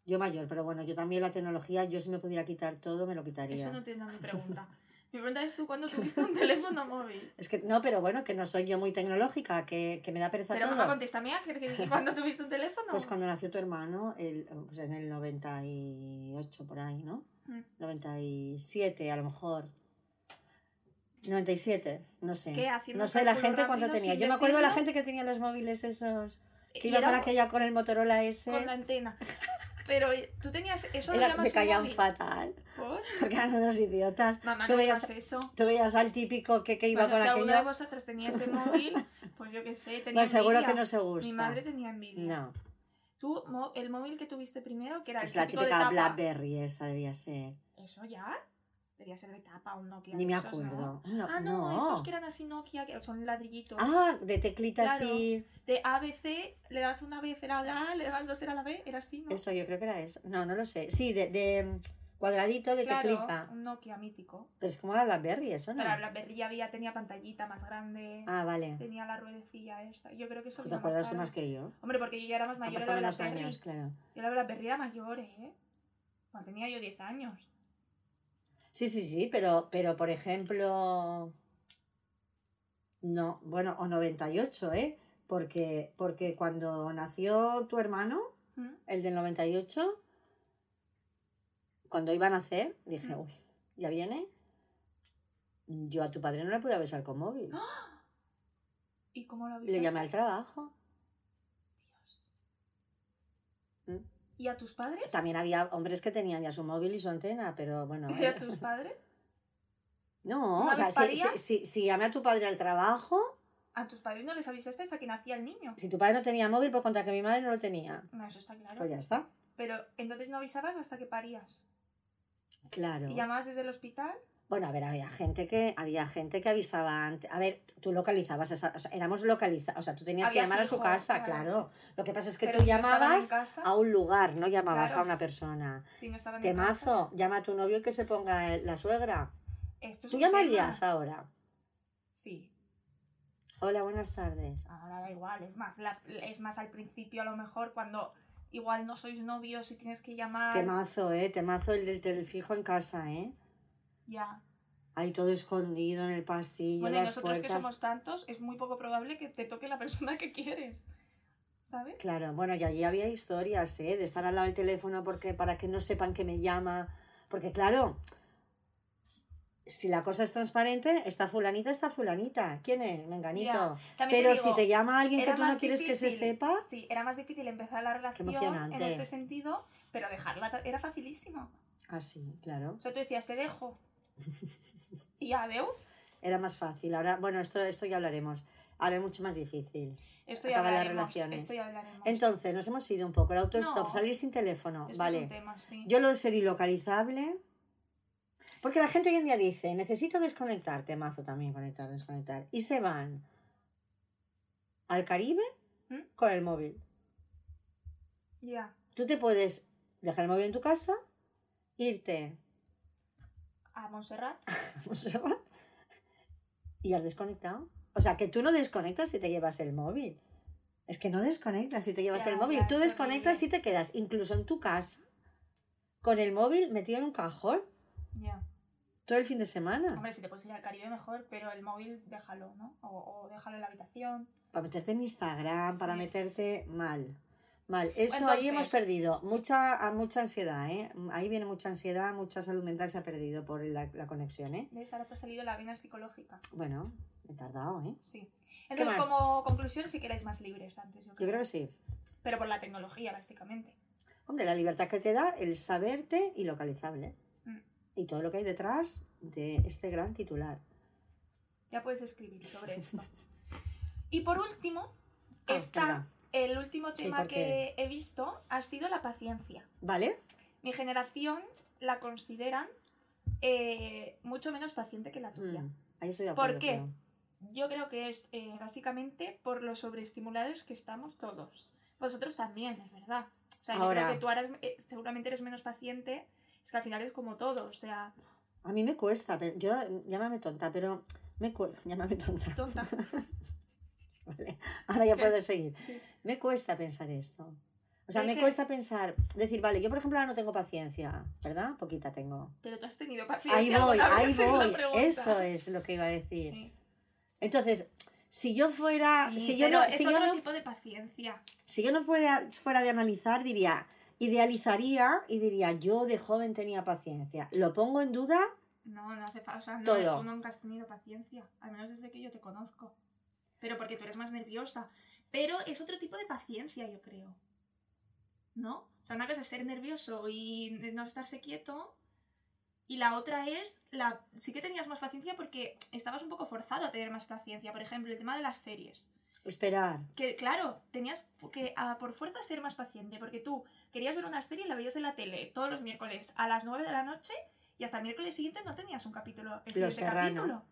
Speaker 1: Yo mayor, pero bueno, yo también la tecnología, yo si me pudiera quitar todo, me lo quitaría.
Speaker 2: Eso no entiendo mi pregunta. Mi pregunta es tú, ¿cuándo tuviste un teléfono móvil?
Speaker 1: Es que no, pero bueno, que no soy yo muy tecnológica, que, que me da pereza
Speaker 2: Pero mamá,
Speaker 1: todo.
Speaker 2: contéstame, Ángel, que dije, ¿cuándo tuviste un teléfono?
Speaker 1: Pues cuando nació tu hermano, el, pues en el 98 por ahí, ¿no?
Speaker 2: Mm.
Speaker 1: 97 a lo mejor. 97, no sé.
Speaker 2: ¿Qué? Haciendo
Speaker 1: no
Speaker 2: un
Speaker 1: sé la
Speaker 2: cálculo
Speaker 1: gente cuánto
Speaker 2: rápido,
Speaker 1: tenía.
Speaker 2: sin
Speaker 1: Yo me acuerdo de la
Speaker 2: decirlo.
Speaker 1: gente que tenía los móviles esos, que
Speaker 2: Y
Speaker 1: iba
Speaker 2: era
Speaker 1: para aquella con el Motorola ese.
Speaker 2: Con la antena. Pero tú tenías... Eso
Speaker 1: Era-
Speaker 2: lo llamas
Speaker 1: me
Speaker 2: un
Speaker 1: caían
Speaker 2: móvil?
Speaker 1: fatal,
Speaker 2: ¿Por?
Speaker 1: porque eran unos idiotas.
Speaker 2: Mamá,
Speaker 1: tú,
Speaker 2: no
Speaker 1: veías,
Speaker 2: digas eso.
Speaker 1: tú veías al típico que, que iba
Speaker 2: Bueno,
Speaker 1: con
Speaker 2: si alguno de
Speaker 1: aquello.
Speaker 2: vosotros tenía ese móvil, pues yo qué sé, tenía
Speaker 1: No, seguro
Speaker 2: envidia.
Speaker 1: que no se gusta.
Speaker 2: Mi madre tenía envidia.
Speaker 1: No,
Speaker 2: Tú, mo- el móvil que tuviste primero, que era el
Speaker 1: es la
Speaker 2: típico de
Speaker 1: típica
Speaker 2: tapa.
Speaker 1: Blackberry, esa debía ser.
Speaker 2: ¿Eso ya? Debía ser de tapa un Nokia.
Speaker 1: Ni me
Speaker 2: de esos, ¿no?
Speaker 1: acuerdo.
Speaker 2: Ah, no,
Speaker 1: no.
Speaker 2: estos que eran así Nokia, que son ladrillitos.
Speaker 1: Ah, de teclita
Speaker 2: Claro.
Speaker 1: así.
Speaker 2: De ABC, le dabas una vez era la A, le dabas dos era la B, era así, ¿no?
Speaker 1: Eso, yo creo que era eso. No, no lo sé. Sí, de, de, mm, cuadradito de
Speaker 2: claro,
Speaker 1: teclita.
Speaker 2: un Nokia mítico.
Speaker 1: Pues como la Blackberry, eso, ¿no?
Speaker 2: Pero la BlackBerry ya había, tenía pantallita más grande,
Speaker 1: Ah, vale.
Speaker 2: tenía la ruedecilla esa. Yo creo que eso
Speaker 1: Ojo, ¿Te
Speaker 2: vino más
Speaker 1: acuerdas tú
Speaker 2: tarde.
Speaker 1: más que yo?
Speaker 2: Hombre, porque yo ya era más
Speaker 1: Han
Speaker 2: mayor de
Speaker 1: pasado
Speaker 2: la
Speaker 1: menos
Speaker 2: BlackBerry.
Speaker 1: años, claro.
Speaker 2: Yo la BlackBerry era mayor, ¿eh? Cuando tenía yo 10 años.
Speaker 1: Sí, sí, sí, pero, pero por ejemplo... No, bueno, o 98, ¿eh? Porque, porque cuando nació tu hermano,
Speaker 2: ¿Mm?
Speaker 1: el del 98, cuando iba a nacer, dije,
Speaker 2: Mm.
Speaker 1: uy, ¿ya viene? Yo a tu padre no le pude besar con móvil.
Speaker 2: ¿Y cómo lo avisaste?
Speaker 1: Le llamé al trabajo.
Speaker 2: Dios.
Speaker 1: ¿Mm?
Speaker 2: ¿Y a tus padres?
Speaker 1: También había hombres que tenían ya su móvil y su antena, pero bueno.
Speaker 2: ¿Y a
Speaker 1: eh,
Speaker 2: tus padres?
Speaker 1: No,
Speaker 2: ¿Una
Speaker 1: o sea,
Speaker 2: vez
Speaker 1: si,
Speaker 2: paría?
Speaker 1: si, si- si llamé a tu padre al trabajo,
Speaker 2: A tus padres no les avisaste hasta que nacía el niño.
Speaker 1: si tu padre no tenía móvil, pues contra que mi madre no lo tenía.
Speaker 2: No, eso está claro.
Speaker 1: Pues ya está.
Speaker 2: Pero entonces no avisabas hasta que parías.
Speaker 1: Claro.
Speaker 2: ¿Y llamabas desde el hospital?
Speaker 1: Bueno, a ver, había gente que, había gente que avisaba antes. A ver, tú localizabas, esa- o sea, éramos localizados, o sea, tú tenías
Speaker 2: Había
Speaker 1: que llamar a su
Speaker 2: fijo,
Speaker 1: casa,
Speaker 2: claro.
Speaker 1: claro. Lo que pasa es que
Speaker 2: Pero
Speaker 1: tú
Speaker 2: si no estaban en
Speaker 1: llamabas
Speaker 2: casa.
Speaker 1: a un lugar, no llamabas a
Speaker 2: Claro.
Speaker 1: una persona.
Speaker 2: Si no estaban en casa.
Speaker 1: Temazo, llama a tu novio y que se ponga el- la suegra.
Speaker 2: Esto es
Speaker 1: ¿Tú
Speaker 2: un
Speaker 1: llamarías
Speaker 2: tema.
Speaker 1: ahora?
Speaker 2: Sí,
Speaker 1: Hola, buenas tardes.
Speaker 2: ahora da igual, es más, la- es más al principio a lo mejor cuando igual no sois novios y tienes que llamar.
Speaker 1: Temazo, ¿eh? Temazo el del telefijo en casa, ¿eh?
Speaker 2: Ya.
Speaker 1: Ahí todo escondido en el pasillo,
Speaker 2: Bueno, y
Speaker 1: las
Speaker 2: nosotros
Speaker 1: puertas.
Speaker 2: que somos tantos, es muy poco probable que te toque la persona que quieres. ¿Sabes?
Speaker 1: Claro, bueno, y allí había historias, ¿eh? De estar al lado del teléfono porque para que no sepan que me llama. Porque claro, si la cosa es transparente, está fulanita, está fulanita. ¿Quién es? Menganito.
Speaker 2: Ya. También
Speaker 1: Pero
Speaker 2: digo,
Speaker 1: si te llama alguien que
Speaker 2: era
Speaker 1: tú no
Speaker 2: más
Speaker 1: quieres que se
Speaker 2: difícil-
Speaker 1: sepa,
Speaker 2: Sí, era más difícil empezar la relación
Speaker 1: emocionante.
Speaker 2: en este sentido, pero dejarla ta- era facilísimo.
Speaker 1: así, Ah, claro.
Speaker 2: O sea, tú decías, te dejo. y adeu,
Speaker 1: Era más fácil. Ahora, bueno, esto, esto ya hablaremos. Ahora es mucho más difícil.
Speaker 2: esto ya
Speaker 1: Acaba las
Speaker 2: hablaremos.
Speaker 1: relaciones.
Speaker 2: esto ya hablaremos.
Speaker 1: Entonces, nos hemos ido un poco. El autostop,
Speaker 2: No.
Speaker 1: salir sin teléfono.
Speaker 2: Esto
Speaker 1: vale.
Speaker 2: es un tema, sí.
Speaker 1: Yo lo de ser ilocalizable. Porque la gente hoy en día dice, necesito desconectarte, mazo también, conectar, desconectar. Y se van al Caribe
Speaker 2: ¿Mm?
Speaker 1: con el móvil.
Speaker 2: Ya.
Speaker 1: Tú te puedes dejar el móvil en tu casa, irte
Speaker 2: A Montserrat.
Speaker 1: a Montserrat y has desconectado. O sea, que tú no desconectas si te llevas el móvil. Es que no desconectas si te llevas
Speaker 2: Ya,
Speaker 1: el móvil.
Speaker 2: ya,
Speaker 1: tú
Speaker 2: es
Speaker 1: desconectas
Speaker 2: horrible.
Speaker 1: y te quedas, incluso en tu casa, con el móvil metido en un cajón
Speaker 2: Ya.
Speaker 1: todo el fin de semana.
Speaker 2: Hombre, si te puedes ir al Caribe mejor, pero el móvil déjalo, ¿no? O, o déjalo en la habitación.
Speaker 1: Para meterte en Instagram, para
Speaker 2: Sí.
Speaker 1: meterte mal. Mal. Eso ahí
Speaker 2: Entonces-
Speaker 1: hemos perdido. Mucha, a- mucha ansiedad, ¿eh? Ahí viene mucha ansiedad, mucha salud mental se ha perdido por la, la conexión, ¿eh?
Speaker 2: ¿Ves? Ahora te ha salido la vena psicológica.
Speaker 1: Bueno, he tardado, ¿eh?
Speaker 2: Sí. Entonces,
Speaker 1: más?
Speaker 2: como conclusión, si queréis más libres antes, yo
Speaker 1: Yo
Speaker 2: creo.
Speaker 1: creo que sí.
Speaker 2: Pero por la tecnología, básicamente.
Speaker 1: Hombre, la libertad que te da el saberte y localizable.
Speaker 2: Mm.
Speaker 1: Y todo lo que hay detrás de este gran titular.
Speaker 2: Ya puedes escribir sobre esto. y por último,
Speaker 1: Ah,
Speaker 2: está
Speaker 1: venga.
Speaker 2: el último
Speaker 1: Sí,
Speaker 2: tema
Speaker 1: porque-
Speaker 2: que he visto ha sido la paciencia.
Speaker 1: ¿Vale?
Speaker 2: Mi generación la consideran eh, mucho menos paciente que la tuya.
Speaker 1: Mm, Ahí estoy de
Speaker 2: ¿Por
Speaker 1: acuerdo.
Speaker 2: qué?
Speaker 1: creo.
Speaker 2: Yo creo que es eh, básicamente por lo sobreestimulados que estamos todos. Vosotros también, es verdad. O sea, yo
Speaker 1: Ahora.
Speaker 2: creo que tú ahora es- eh, seguramente eres menos paciente. Es que al final es como todo, o sea,
Speaker 1: A mí me cuesta, pero yo llámame tonta, pero me cuesta. Llámame tonta.
Speaker 2: tonta.
Speaker 1: Vale, ahora ya puedo seguir.
Speaker 2: Sí.
Speaker 1: Me cuesta pensar esto. O sea,
Speaker 2: Es
Speaker 1: me
Speaker 2: que-
Speaker 1: cuesta pensar, decir, vale, yo por ejemplo ahora no tengo paciencia, ¿verdad? Poquita tengo.
Speaker 2: Pero tú has tenido paciencia.
Speaker 1: Ahí voy,
Speaker 2: alguna
Speaker 1: ahí
Speaker 2: vez, es la
Speaker 1: voy.
Speaker 2: pregunta.
Speaker 1: Eso es lo que iba a decir.
Speaker 2: Sí. Ah,
Speaker 1: Entonces, si yo fuera,
Speaker 2: Sí,
Speaker 1: si yo
Speaker 2: pero
Speaker 1: no,
Speaker 2: es
Speaker 1: si
Speaker 2: otro
Speaker 1: yo no,
Speaker 2: tipo de paciencia.
Speaker 1: si yo no fuera, fuera de analizar, diría, idealizaría y diría, yo de joven tenía paciencia. Lo pongo en duda,
Speaker 2: No, no hace falta. O sea, no,
Speaker 1: Todo.
Speaker 2: tú nunca has tenido paciencia. Al menos desde que yo te conozco. Pero porque tú eres más nerviosa. Pero es otro tipo de paciencia, yo creo. ¿No? O sea, una cosa es ser nervioso y no estarse quieto. Y la otra es, la sí que tenías más paciencia porque estabas un poco forzado a tener más paciencia. Por ejemplo, el tema de las series.
Speaker 1: esperar.
Speaker 2: Que claro, tenías que a por fuerza ser más paciente, porque tú querías ver una serie y la veías en la tele todos los miércoles a las 9 de la noche y hasta el miércoles siguiente no tenías un capítulo, el siguiente
Speaker 1: Serrano.
Speaker 2: capítulo,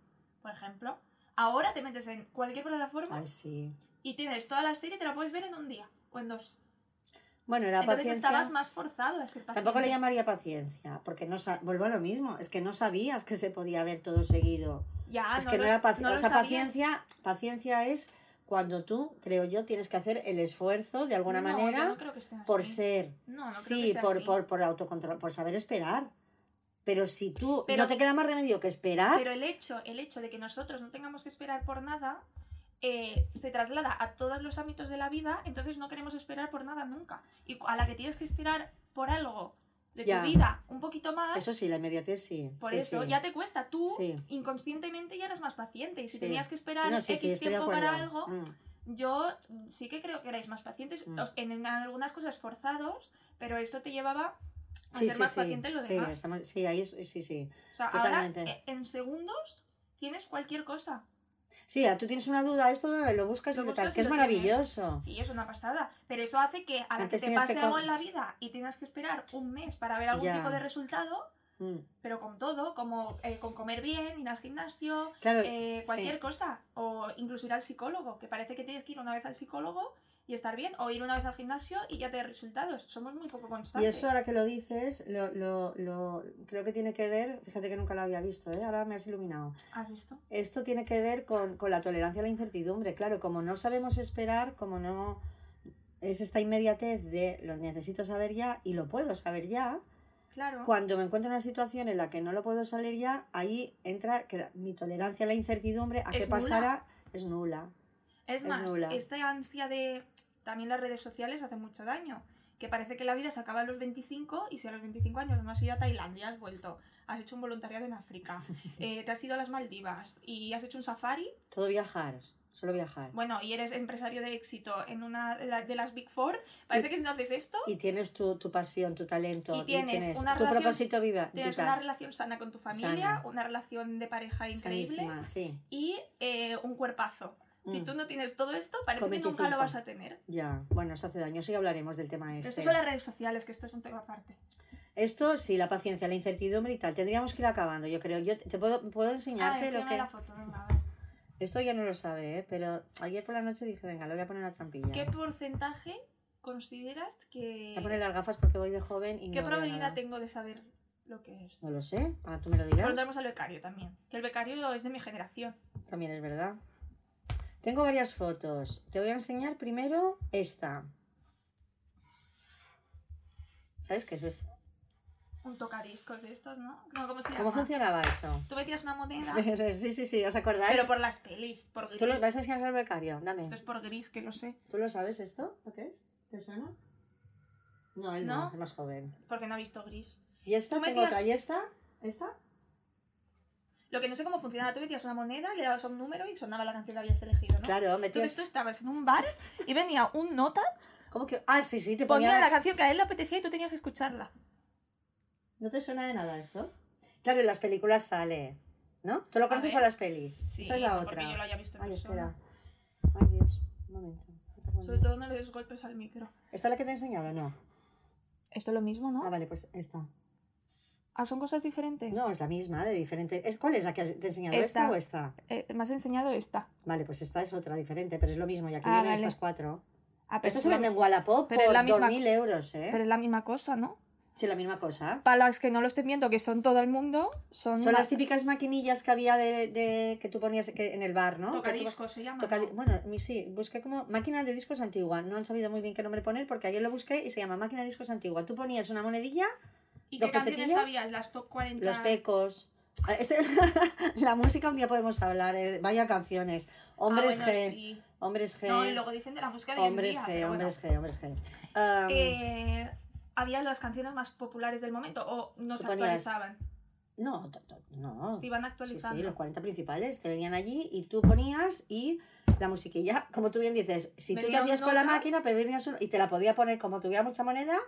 Speaker 2: por ejemplo. Ahora te metes en cualquier plataforma
Speaker 1: Ay, sí.
Speaker 2: y tienes toda la serie y te la puedes ver en un día o en dos.
Speaker 1: Bueno, era
Speaker 2: Entonces
Speaker 1: paciencia.
Speaker 2: estabas más forzado a ser paciente.
Speaker 1: Tampoco le llamaría paciencia, porque no sa- vuelvo a lo mismo, es que no sabías que se podía ver todo seguido.
Speaker 2: Ya,
Speaker 1: es que no
Speaker 2: lo-
Speaker 1: era
Speaker 2: Ah, no
Speaker 1: paciencia.
Speaker 2: lo
Speaker 1: o sea,
Speaker 2: sabías.
Speaker 1: paciencia, paciencia es cuando tú, creo yo, tienes que hacer el esfuerzo de alguna
Speaker 2: No, yo
Speaker 1: manera
Speaker 2: no creo que sea
Speaker 1: por
Speaker 2: así.
Speaker 1: ser.
Speaker 2: No, no creo que
Speaker 1: sí,
Speaker 2: sea
Speaker 1: por,
Speaker 2: así.
Speaker 1: por, por autocontrol, por saber esperar. Pero si tú
Speaker 2: Pero-
Speaker 1: no te queda más remedio que esperar,
Speaker 2: Pero el hecho, el hecho de que nosotros no tengamos que esperar por nada eh, se traslada a todos los ámbitos de la vida, entonces no queremos esperar por nada nunca. Y cu- a la que tienes que esperar por algo de
Speaker 1: Ya.
Speaker 2: tu vida un poquito más,
Speaker 1: eso sí, la inmediatez sí.
Speaker 2: Ah, por
Speaker 1: sí,
Speaker 2: eso
Speaker 1: sí.
Speaker 2: ya te cuesta. Tú
Speaker 1: Sí.
Speaker 2: inconscientemente ya eras más paciente y si
Speaker 1: Sí.
Speaker 2: tenías que esperar
Speaker 1: No, sí,
Speaker 2: X
Speaker 1: sí, estoy de
Speaker 2: tiempo
Speaker 1: acuerdo.
Speaker 2: para algo,
Speaker 1: Mm.
Speaker 2: yo sí que creo que erais más pacientes,
Speaker 1: Mm.
Speaker 2: os- en, en algunas cosas forzados, pero eso te llevaba a
Speaker 1: Sí,
Speaker 2: ser
Speaker 1: sí,
Speaker 2: más
Speaker 1: sí.
Speaker 2: paciente en lo
Speaker 1: Sí,
Speaker 2: demás.
Speaker 1: estamos- sí, ahí es- sí, sí.
Speaker 2: O sea,
Speaker 1: totalmente.
Speaker 2: ahora eh, en segundos tienes cualquier cosa.
Speaker 1: Sí, ah, tú tienes una duda, esto lo buscas
Speaker 2: Lo
Speaker 1: y tal,
Speaker 2: buscas y
Speaker 1: que es
Speaker 2: lo tienes.
Speaker 1: maravilloso.
Speaker 2: Sí, es una pasada. Pero eso hace que a la
Speaker 1: Antes
Speaker 2: que te
Speaker 1: tenías
Speaker 2: pase
Speaker 1: que co-
Speaker 2: algo en la vida y tengas que esperar un mes para ver algún
Speaker 1: Ya.
Speaker 2: tipo de resultado,
Speaker 1: Mm.
Speaker 2: pero con todo, como eh, con comer bien, ir al gimnasio,
Speaker 1: Claro,
Speaker 2: eh, cualquier
Speaker 1: sí.
Speaker 2: cosa, o incluso ir al psicólogo, que parece que tienes que ir una vez al psicólogo y estar bien, o ir una vez al gimnasio y ya te da resultados. Somos muy poco
Speaker 1: Y
Speaker 2: constantes.
Speaker 1: eso ahora que lo dices, lo, lo- lo- creo que tiene que ver, fíjate que nunca lo había visto, ¿eh? ahora me has iluminado.
Speaker 2: ¿Has visto?
Speaker 1: Esto tiene que ver con, con la tolerancia a la incertidumbre, claro, como no sabemos esperar, como no es esta inmediatez de lo necesito saber ya y lo puedo saber ya,
Speaker 2: Claro.
Speaker 1: cuando me encuentro en una situación en la que no lo puedo salir ya, ahí entra que la- mi tolerancia a la incertidumbre, a
Speaker 2: Es
Speaker 1: qué pasará, es nula.
Speaker 2: Es
Speaker 1: Es
Speaker 2: más,
Speaker 1: nula.
Speaker 2: esta ansia de también las redes sociales hace mucho daño. Que parece que la vida se acaba a los 25 y si a los 25 años no has ido a Tailandia, has vuelto, has hecho un voluntariado en África, eh, te has ido a las Maldivas y has hecho un safari,
Speaker 1: Todo viajar, solo viajar.
Speaker 2: bueno, y eres empresario de éxito en una de la- de las Big Four, parece que si no haces esto,
Speaker 1: Y tienes tu, tu pasión, tu talento,
Speaker 2: Y tienes una
Speaker 1: tu
Speaker 2: relación-
Speaker 1: propósito viva,
Speaker 2: tienes
Speaker 1: vital.
Speaker 2: una relación sana con tu familia,
Speaker 1: Sana.
Speaker 2: una relación de pareja increíble
Speaker 1: Sanísima, sí,
Speaker 2: y eh, un cuerpazo. Si
Speaker 1: Mm.
Speaker 2: tú no tienes todo esto, parece
Speaker 1: Con
Speaker 2: que nunca lo
Speaker 1: 25.
Speaker 2: vas a tener.
Speaker 1: ya. Bueno, eso hace daño, sí hablaremos del tema
Speaker 2: Pero
Speaker 1: este.
Speaker 2: esto son las redes sociales, que esto es un tema aparte.
Speaker 1: Esto, sí, la paciencia, la incertidumbre y tal. Tendríamos que ir acabando, yo creo. Yo te puedo, puedo
Speaker 2: Ah,
Speaker 1: enseñarte lo
Speaker 2: enséñame
Speaker 1: que...
Speaker 2: la foto, venga, a ver.
Speaker 1: Esto ya no lo sabe, ¿eh? pero ayer por la noche dije, venga, le voy a poner una trampilla.
Speaker 2: ¿Qué porcentaje consideras que...
Speaker 1: Voy a poner las gafas porque voy de joven y no
Speaker 2: ¿Qué
Speaker 1: veo
Speaker 2: probabilidad
Speaker 1: nada.
Speaker 2: tengo de saber lo que es?
Speaker 1: No lo sé, ahora tú me lo dirás.
Speaker 2: Preguntamos al becario también. Que el becario es de mi generación.
Speaker 1: También es verdad. Tengo varias fotos. Te voy a enseñar primero esta. ¿Sabes qué es esto?
Speaker 2: Un tocadiscos de estos, ¿no? No, ¿cómo se
Speaker 1: ¿Cómo
Speaker 2: llama?
Speaker 1: funcionaba eso?
Speaker 2: Tú metías una moneda,
Speaker 1: sí, sí, sí, ¿os acordáis?
Speaker 2: pero por las pelis, por gris.
Speaker 1: Tú lo vas a enseñar al becario, dame.
Speaker 2: Esto es por gris, que lo sé.
Speaker 1: ¿Tú lo sabes esto? ¿Lo que es? ¿Te suena? No, él no,
Speaker 2: No.
Speaker 1: es más joven.
Speaker 2: Porque no ha visto gris.
Speaker 1: ¿Y esta?
Speaker 2: Tú
Speaker 1: ¿Tengo
Speaker 2: metías-
Speaker 1: otra. ¿Y esta? ¿Esta?
Speaker 2: Lo que no sé cómo funcionaba, tú metías una moneda, le dabas a un número y sonaba la canción que habías elegido, ¿no?
Speaker 1: Claro,
Speaker 2: Entonces
Speaker 1: metías...
Speaker 2: tú estabas en un bar y venía un nota,
Speaker 1: ¿Cómo que...? Ah, sí, sí, te
Speaker 2: ponía
Speaker 1: ponía...
Speaker 2: la canción que a él le apetecía y tú tenías que escucharla.
Speaker 1: ¿No te suena de nada esto? Claro, en las películas sale, ¿no? Tú lo conoces
Speaker 2: ver.
Speaker 1: por las pelis. esta es la
Speaker 2: no,
Speaker 1: otra.
Speaker 2: Porque yo lo haya visto en
Speaker 1: Ay, espera.
Speaker 2: persona.
Speaker 1: Ay, Dios. Un momento.
Speaker 2: Sobre todo no le des golpes al micro.
Speaker 1: ¿Esta es la que te he enseñado? No.
Speaker 2: Esto es lo mismo,
Speaker 1: Ah,
Speaker 2: ¿no?
Speaker 1: vale, pues esta.
Speaker 2: Ah, son cosas diferentes.
Speaker 1: No, es la misma, de diferente. ¿Es, ¿Cuál es la que has- te he enseñado? ¿Esta,
Speaker 2: Esta.
Speaker 1: o esta?
Speaker 2: Eh, me has enseñado esta.
Speaker 1: Vale, pues esta es otra diferente, pero es lo mismo. Y aquí
Speaker 2: Ah,
Speaker 1: vienen
Speaker 2: vale.
Speaker 1: estas cuatro.
Speaker 2: Ah, pero
Speaker 1: Esto
Speaker 2: es
Speaker 1: se
Speaker 2: la-
Speaker 1: vende en Wallapop
Speaker 2: pero es
Speaker 1: por
Speaker 2: la misma-
Speaker 1: 2.000 euros, ¿eh?
Speaker 2: Pero es la misma cosa, ¿no?
Speaker 1: Sí, la misma cosa.
Speaker 2: Para los que no lo estén viendo, que son todo el mundo, son...
Speaker 1: Son las
Speaker 2: más-
Speaker 1: típicas maquinillas que había de, de- que tú ponías que- en el bar, ¿no? Que tú-
Speaker 2: Tocadiscos se llama.
Speaker 1: Toca-
Speaker 2: ¿no?
Speaker 1: bueno, mi- sí, busqué como máquina de discos antigua. No han sabido muy bien qué nombre poner porque ayer lo busqué y se llama máquina de discos antigua. Tú ponías una monedilla,
Speaker 2: ¿Y
Speaker 1: los
Speaker 2: qué canciones
Speaker 1: pesetillos,
Speaker 2: sabías? Las top 40.
Speaker 1: los pecos. Ah, este- la música un día podemos hablar, eh, vaya canciones. Hombres
Speaker 2: Ah, bueno,
Speaker 1: G,
Speaker 2: sí.
Speaker 1: hombres G,
Speaker 2: No, y luego dicen de la música de hoy en
Speaker 1: hombres,
Speaker 2: día,
Speaker 1: G
Speaker 2: pero bueno.
Speaker 1: hombres G, hombres G, Um,
Speaker 2: Eh, había las canciones más populares del momento o no se
Speaker 1: Tú ponías-
Speaker 2: actualizaban.
Speaker 1: no, to- to- no.
Speaker 2: Se iban
Speaker 1: Sí,
Speaker 2: actualizando.
Speaker 1: sí, los 40 principales te venían allí y tú ponías y la musiquilla, como tú bien dices, si tú te
Speaker 2: Venía un
Speaker 1: hacías con la
Speaker 2: notas.
Speaker 1: máquina, pero venías un- y te la podía poner como tuviera mucha moneda,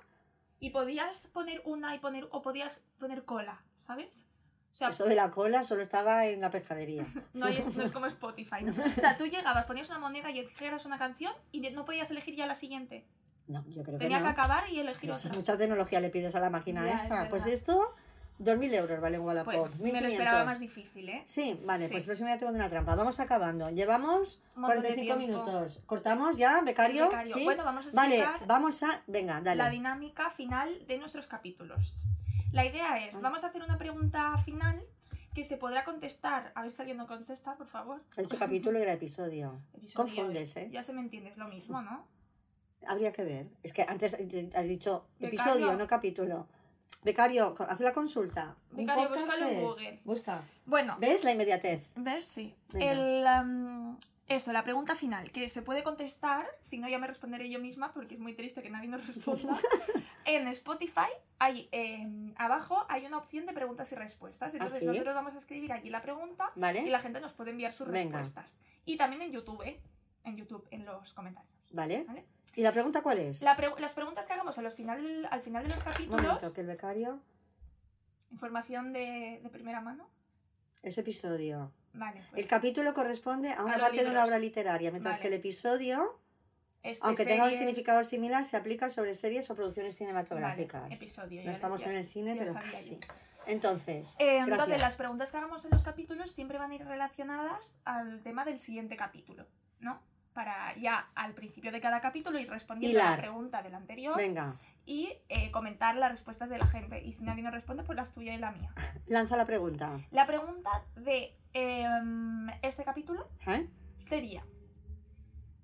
Speaker 2: Y podías poner una y poner o podías poner cola, ¿sabes? O sea,
Speaker 1: Eso de la cola solo estaba en la pescadería.
Speaker 2: no, hay- no es como Spotify. ¿no? O sea, tú llegabas, ponías una moneda y elegías una canción y no podías elegir ya la siguiente.
Speaker 1: No, yo creo
Speaker 2: Tenía
Speaker 1: que
Speaker 2: que
Speaker 1: no.
Speaker 2: acabar y elegir
Speaker 1: Pero si
Speaker 2: otra.
Speaker 1: mucha tecnología le pides a la máquina
Speaker 2: Ya, es
Speaker 1: esta.
Speaker 2: verdad.
Speaker 1: pues esto, 2.000 euros vale en Wallapop.
Speaker 2: Pues me lo
Speaker 1: 1.500.
Speaker 2: esperaba más difícil, ¿eh?
Speaker 1: Sí, vale,
Speaker 2: Sí.
Speaker 1: pues próxima ya te pongo una trampa. Vamos acabando. Llevamos
Speaker 2: Un montón de
Speaker 1: 45
Speaker 2: tiempo.
Speaker 1: minutos. ¿Cortamos ya, becario?
Speaker 2: El becario.
Speaker 1: ¿Sí?
Speaker 2: Bueno, vamos a
Speaker 1: Vale,
Speaker 2: explicar
Speaker 1: vamos a... Venga,
Speaker 2: la
Speaker 1: dale.
Speaker 2: dinámica final de nuestros capítulos. La idea
Speaker 1: Ah.
Speaker 2: es, vamos a hacer una pregunta final que se podrá contestar. A ver si alguien no contesta, por favor.
Speaker 1: He dicho capítulo y era episodio.
Speaker 2: Episodio,
Speaker 1: Confundes, ¿eh?
Speaker 2: Ya se me entiende, es lo mismo, ¿no?
Speaker 1: Habría que ver. Es que antes te- has dicho
Speaker 2: Becario.
Speaker 1: episodio, no capítulo. Becario, co- haz la consulta. ¿Un
Speaker 2: Becario,
Speaker 1: podcast
Speaker 2: búscalo en
Speaker 1: es?
Speaker 2: Google.
Speaker 1: Busca.
Speaker 2: Bueno,
Speaker 1: ¿Ves la inmediatez?
Speaker 2: ver si.
Speaker 1: Venga.
Speaker 2: El, am, esto, la pregunta final, que se puede contestar, si no ya me responderé yo misma porque es muy triste que nadie nos responda. en Spotify, hay, em, abajo hay una opción de preguntas y respuestas. Entonces
Speaker 1: ¿Ah, sí?
Speaker 2: nosotros vamos a escribir allí la pregunta
Speaker 1: ¿Vale?
Speaker 2: y la gente nos puede enviar sus
Speaker 1: Venga.
Speaker 2: respuestas. Y también en YouTube, ¿eh? en YouTube, en los comentarios.
Speaker 1: ¿Vale?
Speaker 2: ¿Vale?
Speaker 1: ¿Y la pregunta cuál es?
Speaker 2: La pregu- las preguntas que hagamos a los final, al final de los
Speaker 1: Pues Un
Speaker 2: capítulos,
Speaker 1: momento, que el becario
Speaker 2: información de, de primera mano.
Speaker 1: es episodio.
Speaker 2: Vale, pues.
Speaker 1: El capítulo corresponde a una
Speaker 2: los
Speaker 1: parte de una
Speaker 2: libros.
Speaker 1: obra literaria, mientras
Speaker 2: Vale.
Speaker 1: que el episodio
Speaker 2: Este,
Speaker 1: Aunque tenga un
Speaker 2: series-
Speaker 1: significado similar, se aplica sobre series o producciones
Speaker 2: Vale,
Speaker 1: cinematográficas.
Speaker 2: episodio.
Speaker 1: no
Speaker 2: ya
Speaker 1: estamos en
Speaker 2: decía.
Speaker 1: el cine,
Speaker 2: ya
Speaker 1: pero
Speaker 2: sabía
Speaker 1: casi.
Speaker 2: yo.
Speaker 1: Entonces,
Speaker 2: Eh,
Speaker 1: gracias.
Speaker 2: entonces, las preguntas que hagamos en los capítulos siempre van a ir relacionadas al tema del siguiente capítulo, ¿no? Para ya al principio de cada capítulo ir respondiendo a
Speaker 1: Hilar.
Speaker 2: la pregunta del anterior
Speaker 1: venga,
Speaker 2: y eh, comentar las respuestas de la gente. Y si nadie nos responde, pues las tuya y la mía.
Speaker 1: lanza la pregunta.
Speaker 2: La pregunta de em, este capítulo
Speaker 1: ¿Eh?
Speaker 2: sería.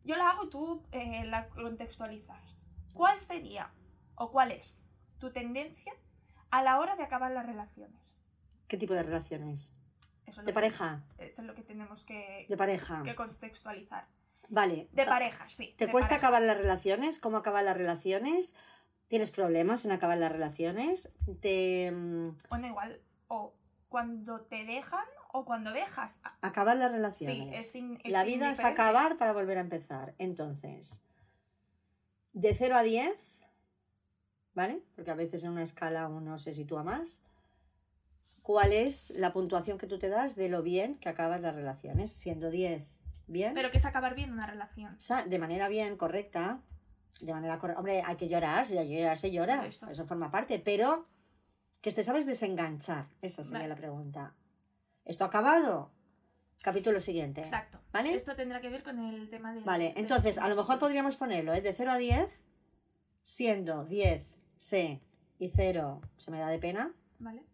Speaker 2: Yo la hago y tú eh, la contextualizas. ¿Cuál sería o cuál es tu tendencia a la hora de acabar las relaciones?
Speaker 1: ¿Qué tipo de relaciones?
Speaker 2: Eso es
Speaker 1: ¿De
Speaker 2: lo que-
Speaker 1: pareja?
Speaker 2: Eso es lo que tenemos que,
Speaker 1: De pareja.
Speaker 2: que contextualizar.
Speaker 1: Vale.
Speaker 2: De pareja, sí.
Speaker 1: ¿Te
Speaker 2: de
Speaker 1: cuesta
Speaker 2: pareja.
Speaker 1: acabar las relaciones? ¿Cómo acaban las relaciones? ¿Tienes problemas en acabar las relaciones? ¿Te mm,
Speaker 2: Bueno, igual, o cuando te dejan o cuando dejas. Ah,
Speaker 1: acaban las
Speaker 2: Sí,
Speaker 1: relaciones?
Speaker 2: es, in- es
Speaker 1: La vida es
Speaker 2: indiferente.
Speaker 1: acabar para volver a empezar. Entonces, de 0 a 10, ¿vale? Porque a veces en una escala uno se sitúa más. ¿Cuál es la puntuación que tú te das de lo bien que acabas las relaciones? Siendo 10, bien.
Speaker 2: Pero que es acabar bien una relación.
Speaker 1: Sa- de manera bien, correcta. De manera correcta. Hombre, hay que llorar, si hay que llorar se llora.
Speaker 2: Por
Speaker 1: Eso.
Speaker 2: eso.
Speaker 1: forma parte. Pero que te sabes desenganchar. Esa sería
Speaker 2: Vale.
Speaker 1: la pregunta. ¿Esto ha acabado? Capítulo siguiente.
Speaker 2: Exacto.
Speaker 1: ¿Vale?
Speaker 2: Esto tendrá que ver con el tema de.
Speaker 1: Vale,
Speaker 2: de-
Speaker 1: entonces a lo mejor podríamos ponerlo ¿eh? de 0 a 10, siendo 10 C y 0 se me da de pena.
Speaker 2: Vale.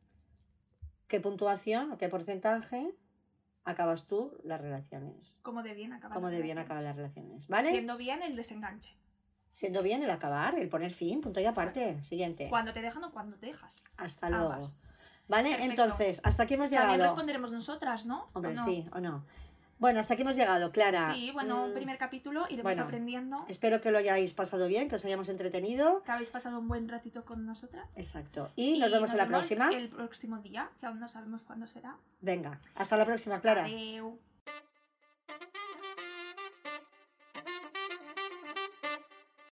Speaker 1: ¿Qué puntuación o qué porcentaje acabas tú las relaciones?
Speaker 2: Cómo de bien acabar.
Speaker 1: ¿Cómo
Speaker 2: las
Speaker 1: de bien
Speaker 2: relaciones.
Speaker 1: acabar las relaciones? ¿Vale?
Speaker 2: Siendo bien el desenganche.
Speaker 1: Siendo bien el acabar, el poner fin, punto y aparte. Siguiente.
Speaker 2: Cuando te dejan o cuando te dejas.
Speaker 1: Hasta luego.
Speaker 2: Ambas.
Speaker 1: ¿Vale?
Speaker 2: Perfecto.
Speaker 1: Entonces, hasta aquí hemos
Speaker 2: También
Speaker 1: llegado.
Speaker 2: responderemos nosotras, ¿no? ¿O
Speaker 1: Hombre,
Speaker 2: no?
Speaker 1: sí o no. Bueno, hasta aquí hemos llegado, Clara.
Speaker 2: Sí, bueno,
Speaker 1: Mm,
Speaker 2: un primer capítulo iremos
Speaker 1: bueno.
Speaker 2: aprendiendo.
Speaker 1: Espero que lo hayáis pasado bien, que os hayamos entretenido.
Speaker 2: Que habéis pasado un buen ratito con nosotras.
Speaker 1: Exacto. Y, nos vemos en la próxima.
Speaker 2: El próximo día, que aún no sabemos cuándo será.
Speaker 1: Venga, hasta la próxima, Clara.
Speaker 2: Adeu.